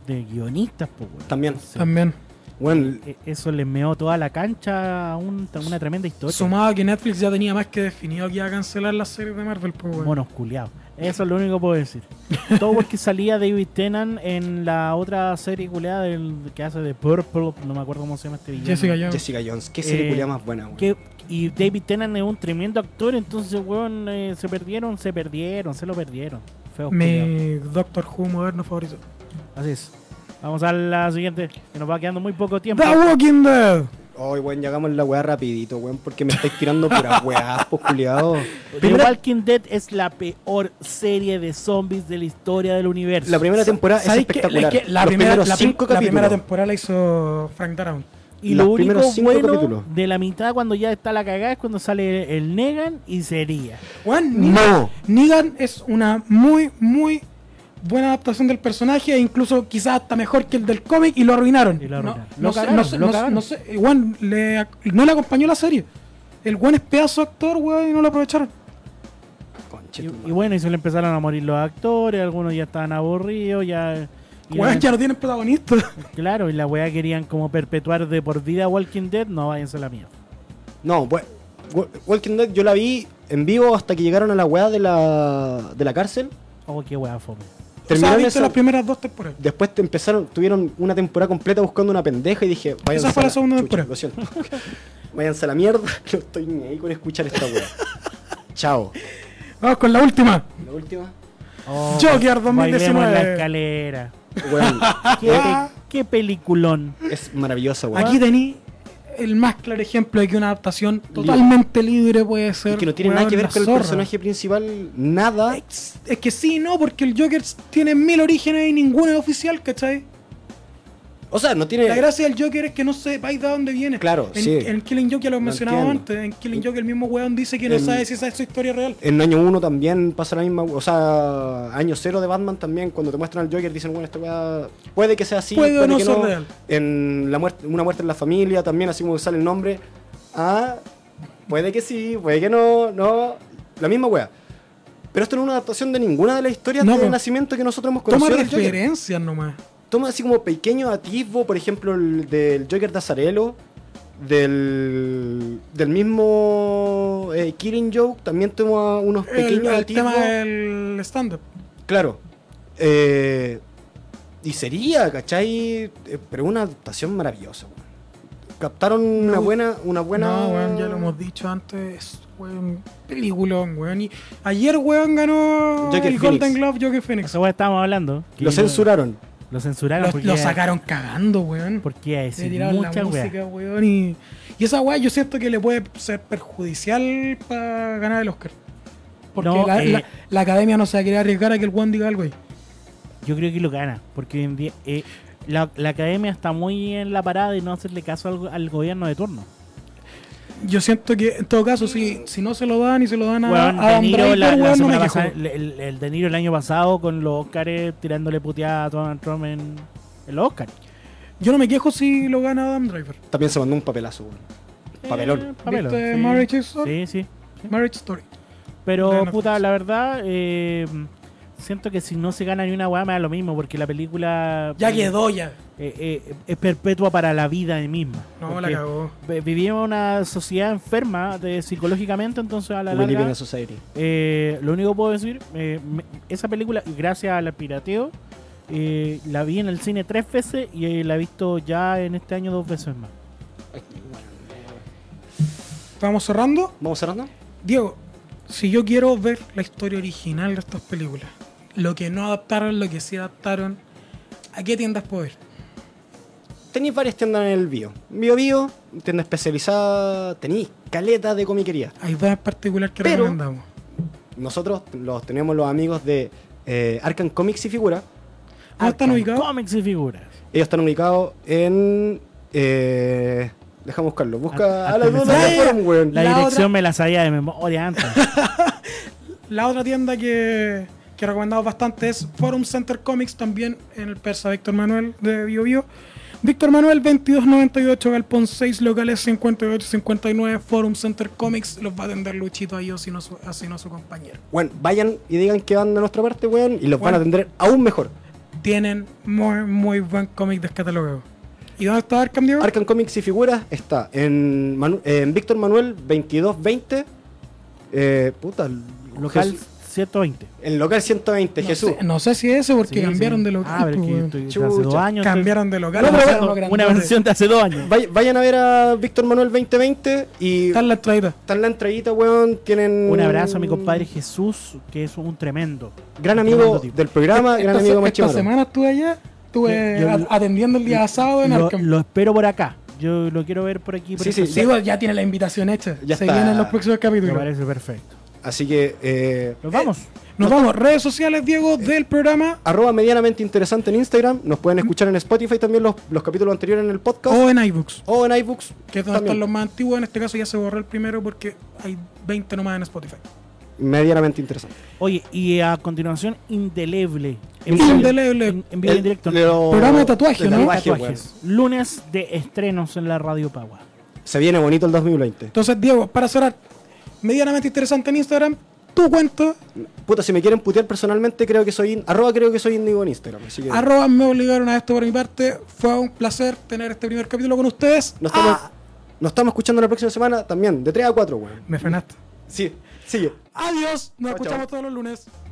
Speaker 1: de guionistas. po, weón.
Speaker 2: También.
Speaker 1: Sí.
Speaker 3: También.
Speaker 2: Bueno,
Speaker 1: E- Eso le meó toda la cancha a un- a una tremenda historia.
Speaker 3: Sumado a que Netflix ya tenía más que definido que iba a cancelar las series de Marvel, pues, weón.
Speaker 1: Monos culiados. Eso es lo único que puedo decir. Todo porque salía David Tennant en la otra serie culeada del que hace de Purple, no me acuerdo cómo se llama este villano.
Speaker 3: Jessica Jones.
Speaker 2: Jessica Jones, qué serie
Speaker 1: Eh,
Speaker 2: culiá más buena, weón.
Speaker 1: Que- y David Tennant es un tremendo actor, entonces, weón, eh, se perdieron, se perdieron, se lo perdieron. Feos culiados.
Speaker 3: Mi Doctor Who moderno favorito.
Speaker 1: Así es. Vamos a la siguiente, que nos va quedando muy poco tiempo.
Speaker 3: The Walking Dead.
Speaker 2: Ay, weón, llegamos la weá rapidito, weón, porque me estáis tirando puras weás, pues culiado.
Speaker 1: The
Speaker 2: Primera-
Speaker 1: Walking Dead es la peor serie de zombies de la historia del universo.
Speaker 2: la primera temporada Ah, es
Speaker 3: ¿Sabes qué?
Speaker 2: espectacular.
Speaker 3: Es que la,
Speaker 2: Los
Speaker 3: primera,
Speaker 2: primeros
Speaker 3: la prim-
Speaker 2: cinco
Speaker 3: la primera
Speaker 2: capítulos.
Speaker 3: temporada la hizo Frank Darabont.
Speaker 1: Y
Speaker 2: Los
Speaker 1: lo único
Speaker 2: primeros cinco
Speaker 1: bueno
Speaker 2: capítulos.
Speaker 1: de la mitad cuando ya está la cagada es cuando sale el Negan y sería.
Speaker 3: Weón, Negan,
Speaker 2: No.
Speaker 3: Negan es una muy, muy buena adaptación del personaje, e incluso quizás hasta mejor que el del cómic, y lo arruinaron.
Speaker 1: Y lo arruinaron.
Speaker 3: No, no
Speaker 1: Lo
Speaker 3: sé-
Speaker 1: cagaron,
Speaker 3: no sé-
Speaker 1: lo
Speaker 3: no sé-
Speaker 1: cagaron.
Speaker 3: no sé, weón, le ac- no le acompañó la serie. El buen es pedazo de actor, weón, y no lo aprovecharon.
Speaker 2: Conche
Speaker 1: Y,
Speaker 2: tu
Speaker 1: y
Speaker 2: madre.
Speaker 1: bueno, y se le empezaron a morir los actores, algunos ya estaban aburridos, ya... y
Speaker 3: Weón,
Speaker 1: eran-
Speaker 3: ya no tienen protagonista.
Speaker 1: Claro, y la weá querían como perpetuar de por vida a Walking Dead, no váyanse a la mierda.
Speaker 2: No, we- we- Walking Dead yo la vi en vivo hasta que llegaron a la weá de la, de la cárcel.
Speaker 1: Oh, qué weá fome.
Speaker 3: O sea,
Speaker 2: Terminaron
Speaker 3: viste
Speaker 2: esa-
Speaker 3: las primeras dos temporadas.
Speaker 2: Después te empezaron, tuvieron una temporada completa buscando una pendeja y dije, váyanse
Speaker 3: Esa fue
Speaker 2: a
Speaker 3: la segunda
Speaker 2: chucha,
Speaker 3: temporada.
Speaker 2: Lo siento. váyanse a la mierda, no estoy ni ahí con escuchar esta weá. Chao.
Speaker 3: Vamos con la última.
Speaker 2: La última.
Speaker 1: Oh,
Speaker 3: Joker 2019.
Speaker 1: bailemos en la escalera.
Speaker 2: Weón,
Speaker 1: Qué,
Speaker 2: ah.
Speaker 1: qué peliculón.
Speaker 2: es maravillosa, weón.
Speaker 3: Aquí tení el más claro ejemplo de que una adaptación totalmente libre puede ser.
Speaker 2: Y que no tiene nada
Speaker 3: weón,
Speaker 2: que ver
Speaker 3: la
Speaker 2: con el
Speaker 3: zorra.
Speaker 2: personaje principal, nada.
Speaker 3: Es, es que sí, no, porque el Joker tiene mil orígenes y ninguno es oficial, ¿cachai?
Speaker 2: O sea, no tiene.
Speaker 3: La gracia del Joker es que no sepáis de dónde viene.
Speaker 2: Claro,
Speaker 3: en,
Speaker 2: sí.
Speaker 3: En Killing Joke ya lo
Speaker 2: Lo
Speaker 3: mencionaba
Speaker 2: entiendo.
Speaker 3: antes. En Killing Joke el mismo weón dice que no
Speaker 2: El-
Speaker 3: sabe si esa es su historia real.
Speaker 2: En año 1 también pasa la misma. O sea, año 0 de Batman también, cuando te muestran al Joker, dicen, bueno, esta weá puede que sea así,
Speaker 3: Puede
Speaker 2: puede,
Speaker 3: o no
Speaker 2: que
Speaker 3: ser
Speaker 2: no.
Speaker 3: real.
Speaker 2: En la muerte, una muerte en la familia también, así como sale el nombre. Ah, puede que sí, puede que no, no. La misma weá. Pero esto no es una adaptación de ninguna de las historias
Speaker 3: No,
Speaker 2: de
Speaker 3: pero-
Speaker 2: nacimiento que nosotros hemos
Speaker 3: Toma
Speaker 2: conocido. del Joker.
Speaker 3: referencias nomás.
Speaker 2: toma así como pequeño atisbo, por ejemplo, el del Joker de Azarello, del, del mismo eh, Killing Joke, también toma unos
Speaker 3: El,
Speaker 2: pequeños
Speaker 3: el
Speaker 2: atisbos.
Speaker 3: tema del stand-up.
Speaker 2: Claro. Eh, y sería, ¿cachai? Eh, Pero una adaptación maravillosa. weón. Captaron una
Speaker 3: No.
Speaker 2: buena... Una buena...
Speaker 3: No, weón, ya lo hemos dicho antes, weón, peliculón, weón. Y ayer, weón, ganó
Speaker 2: Joker
Speaker 3: el
Speaker 2: Phoenix.
Speaker 3: Golden Glove Joker Phoenix.
Speaker 1: Esa weá estábamos hablando. que
Speaker 2: Lo censuraron.
Speaker 1: Lo censuraron
Speaker 3: Lo,
Speaker 1: porque,
Speaker 3: lo sacaron cagando, weón.
Speaker 1: porque iba a
Speaker 3: Se
Speaker 1: decir
Speaker 3: tiraron la
Speaker 1: mucha weá.
Speaker 3: música, weón. Y, y esa weá yo siento que le puede ser perjudicial para ganar el Oscar. Porque
Speaker 1: No,
Speaker 3: la,
Speaker 1: eh.
Speaker 3: la- la academia no se quería arriesgar a que el weón diga algo ahí.
Speaker 1: Yo creo que lo gana, porque hoy en día eh, la, la academia está muy en la parada de no hacerle caso al, al gobierno de turno.
Speaker 3: Yo siento que, en todo caso, si, si no se lo dan y se lo dan a,
Speaker 1: Weón,
Speaker 3: a
Speaker 1: De
Speaker 3: Adam
Speaker 1: Niro,
Speaker 3: Driver,
Speaker 1: la, la
Speaker 3: weón, no me
Speaker 1: semana
Speaker 3: quejo.
Speaker 1: pasada- el, el- el De Niro el año pasado con los Oscars tirándole puteada a Donald Trump en, en los Oscars.
Speaker 3: Yo no me quejo si lo gana Adam Driver.
Speaker 2: También se mandó un papelazo, weón. Papelón.
Speaker 1: papelón,
Speaker 3: Eh, ¿Viste
Speaker 1: sí.
Speaker 3: Marriage Story?
Speaker 1: Sí, sí.
Speaker 3: Marriage Story.
Speaker 1: Pero,
Speaker 3: Gran
Speaker 1: puta,
Speaker 3: noticia.
Speaker 1: la verdad, eh, siento que si no se gana ni una weá, me da lo mismo, porque la película.
Speaker 3: Ya quedó ya.
Speaker 1: eh, eh, es perpetua para la vida misma.
Speaker 3: No,
Speaker 1: Porque
Speaker 3: la cagó.
Speaker 1: vi- Vivimos en una sociedad enferma de, psicológicamente, entonces a la
Speaker 2: We live in
Speaker 1: larga.
Speaker 2: a society.
Speaker 1: eh, lo único que puedo decir, eh, me- esa película, gracias al pirateo, eh, la vi en el cine tres veces y eh, la he visto ya en este año dos veces más.
Speaker 3: Vamos cerrando.
Speaker 2: ¿Vamos cerrando?
Speaker 3: Diego, si yo quiero ver la historia original de estas películas, lo que no adaptaron, lo que sí adaptaron, ¿a qué tiendas puedo ir?
Speaker 2: Tenéis varias tiendas en el bio. Bio Bio, tienda especializada, tenéis caletas de comiquería.
Speaker 3: Hay dos en particular que
Speaker 2: Pero-
Speaker 3: recomendamos.
Speaker 2: Nosotros los tenemos los amigos de eh, Arkham Comics y Figura.
Speaker 3: ¿Dónde Ah, están
Speaker 1: Arkham
Speaker 3: ubicados?
Speaker 1: Comics y figuras.
Speaker 2: Ellos están ubicados en. Eh, déjame buscarlo. Busca
Speaker 1: Ar-
Speaker 2: a la
Speaker 1: Arkham
Speaker 2: duda
Speaker 3: Comics.
Speaker 2: de Forum, weón.
Speaker 1: La,
Speaker 3: La
Speaker 1: dirección
Speaker 3: otra-
Speaker 1: me la sabía de memoria antes.
Speaker 3: La otra tienda que, que recomendamos bastante es Forum Center Comics, también en el persa Víctor Manuel de Bio Bio. Víctor Manuel 2298, Galpón 6, locales 5859, Forum Center Comics. Los va a atender Luchito ahí o si no su, así no su compañero.
Speaker 2: Bueno, vayan y digan que van de nuestra parte, weón, y los
Speaker 3: Bueno.
Speaker 2: van a atender aún mejor.
Speaker 3: tienen muy, muy buen cómic descatalogado. ¿Y dónde está Arkham Diego?
Speaker 2: Arkham Comics y Figuras está en, Manu- en Víctor Manuel 2220. Eh, puta,
Speaker 1: Local
Speaker 2: Jesús-
Speaker 1: 120.
Speaker 2: en local 120,
Speaker 3: no,
Speaker 2: Jesús.
Speaker 3: sé, no sé si ese porque
Speaker 1: Sí,
Speaker 3: cambiaron
Speaker 1: sí.
Speaker 3: de local.
Speaker 1: Ah, pero
Speaker 3: pues,
Speaker 1: es que yo
Speaker 3: weón.
Speaker 1: estoy- hace
Speaker 2: Chucha.
Speaker 1: dos años. estoy-
Speaker 3: Cambiaron de local.
Speaker 2: No, pero-
Speaker 3: pasaron los
Speaker 1: una
Speaker 3: grandotes.
Speaker 1: versión de hace dos años.
Speaker 2: Vay- Vayan a ver a Víctor Manuel 2020 y
Speaker 3: Está en la entradita.
Speaker 2: está en la entradita, weón. Tienen
Speaker 1: Un abrazo a mi compadre Jesús, que es un tremendo.
Speaker 2: Gran
Speaker 1: Tremendo
Speaker 2: amigo
Speaker 1: tipo.
Speaker 2: del programa, gran
Speaker 3: esta,
Speaker 2: amigo
Speaker 3: se- esta
Speaker 2: Machimaro.
Speaker 3: semana estuve allá, estuve
Speaker 1: Yo- yo-
Speaker 3: a- atendiendo el día sábado en
Speaker 1: Lo,
Speaker 3: Arkham.
Speaker 1: lo espero por acá. Yo lo quiero ver por aquí. Por
Speaker 2: Sí,
Speaker 1: esta
Speaker 2: sí,
Speaker 1: zona.
Speaker 3: Sí, bueno, ya tiene la invitación hecha.
Speaker 2: Ya
Speaker 3: se
Speaker 2: está.
Speaker 3: vienen los próximos
Speaker 1: Me
Speaker 3: capítulos.
Speaker 1: parece perfecto.
Speaker 2: Así que eh,
Speaker 1: Nos vamos.
Speaker 3: Nos vamos, redes sociales, Diego, del programa
Speaker 2: arroba medianamente interesante en Instagram. Nos pueden escuchar en Spotify también los, los capítulos anteriores en el podcast.
Speaker 3: o en iBooks,
Speaker 2: o en iBooks.
Speaker 3: Oh. que es donde están los más antiguos. En este caso ya se borró el primero porque hay 20 nomás en Spotify.
Speaker 2: Medianamente interesante.
Speaker 1: Oye, y a continuación, indeleble.
Speaker 2: Indeleble.
Speaker 1: En, en vivo y en directo.
Speaker 3: Programa de tatuaje,
Speaker 2: de
Speaker 3: ¿no?
Speaker 2: tatuaje,
Speaker 1: Tatuajes. Lunes de estrenos en la Radio Pagua.
Speaker 2: weón. Se viene bonito el 2020.
Speaker 3: Entonces, Diego, para cerrar, medianamente interesante en Instagram, tu cuento,
Speaker 2: Puta, si me quieren putear personalmente, creo que soy. in- Arroba creo que soy indigo en Instagram. Así que.
Speaker 3: arroba me obligaron a esto por mi parte. Fue un placer tener este primer capítulo con ustedes.
Speaker 2: nos, estamos,
Speaker 3: Ah,
Speaker 2: nos estamos escuchando la próxima semana también, de 3 a 4, weón.
Speaker 3: me frenaste.
Speaker 2: Sí, sigue.
Speaker 3: Adiós, nos
Speaker 2: Chao, chao.
Speaker 3: escuchamos todos los lunes.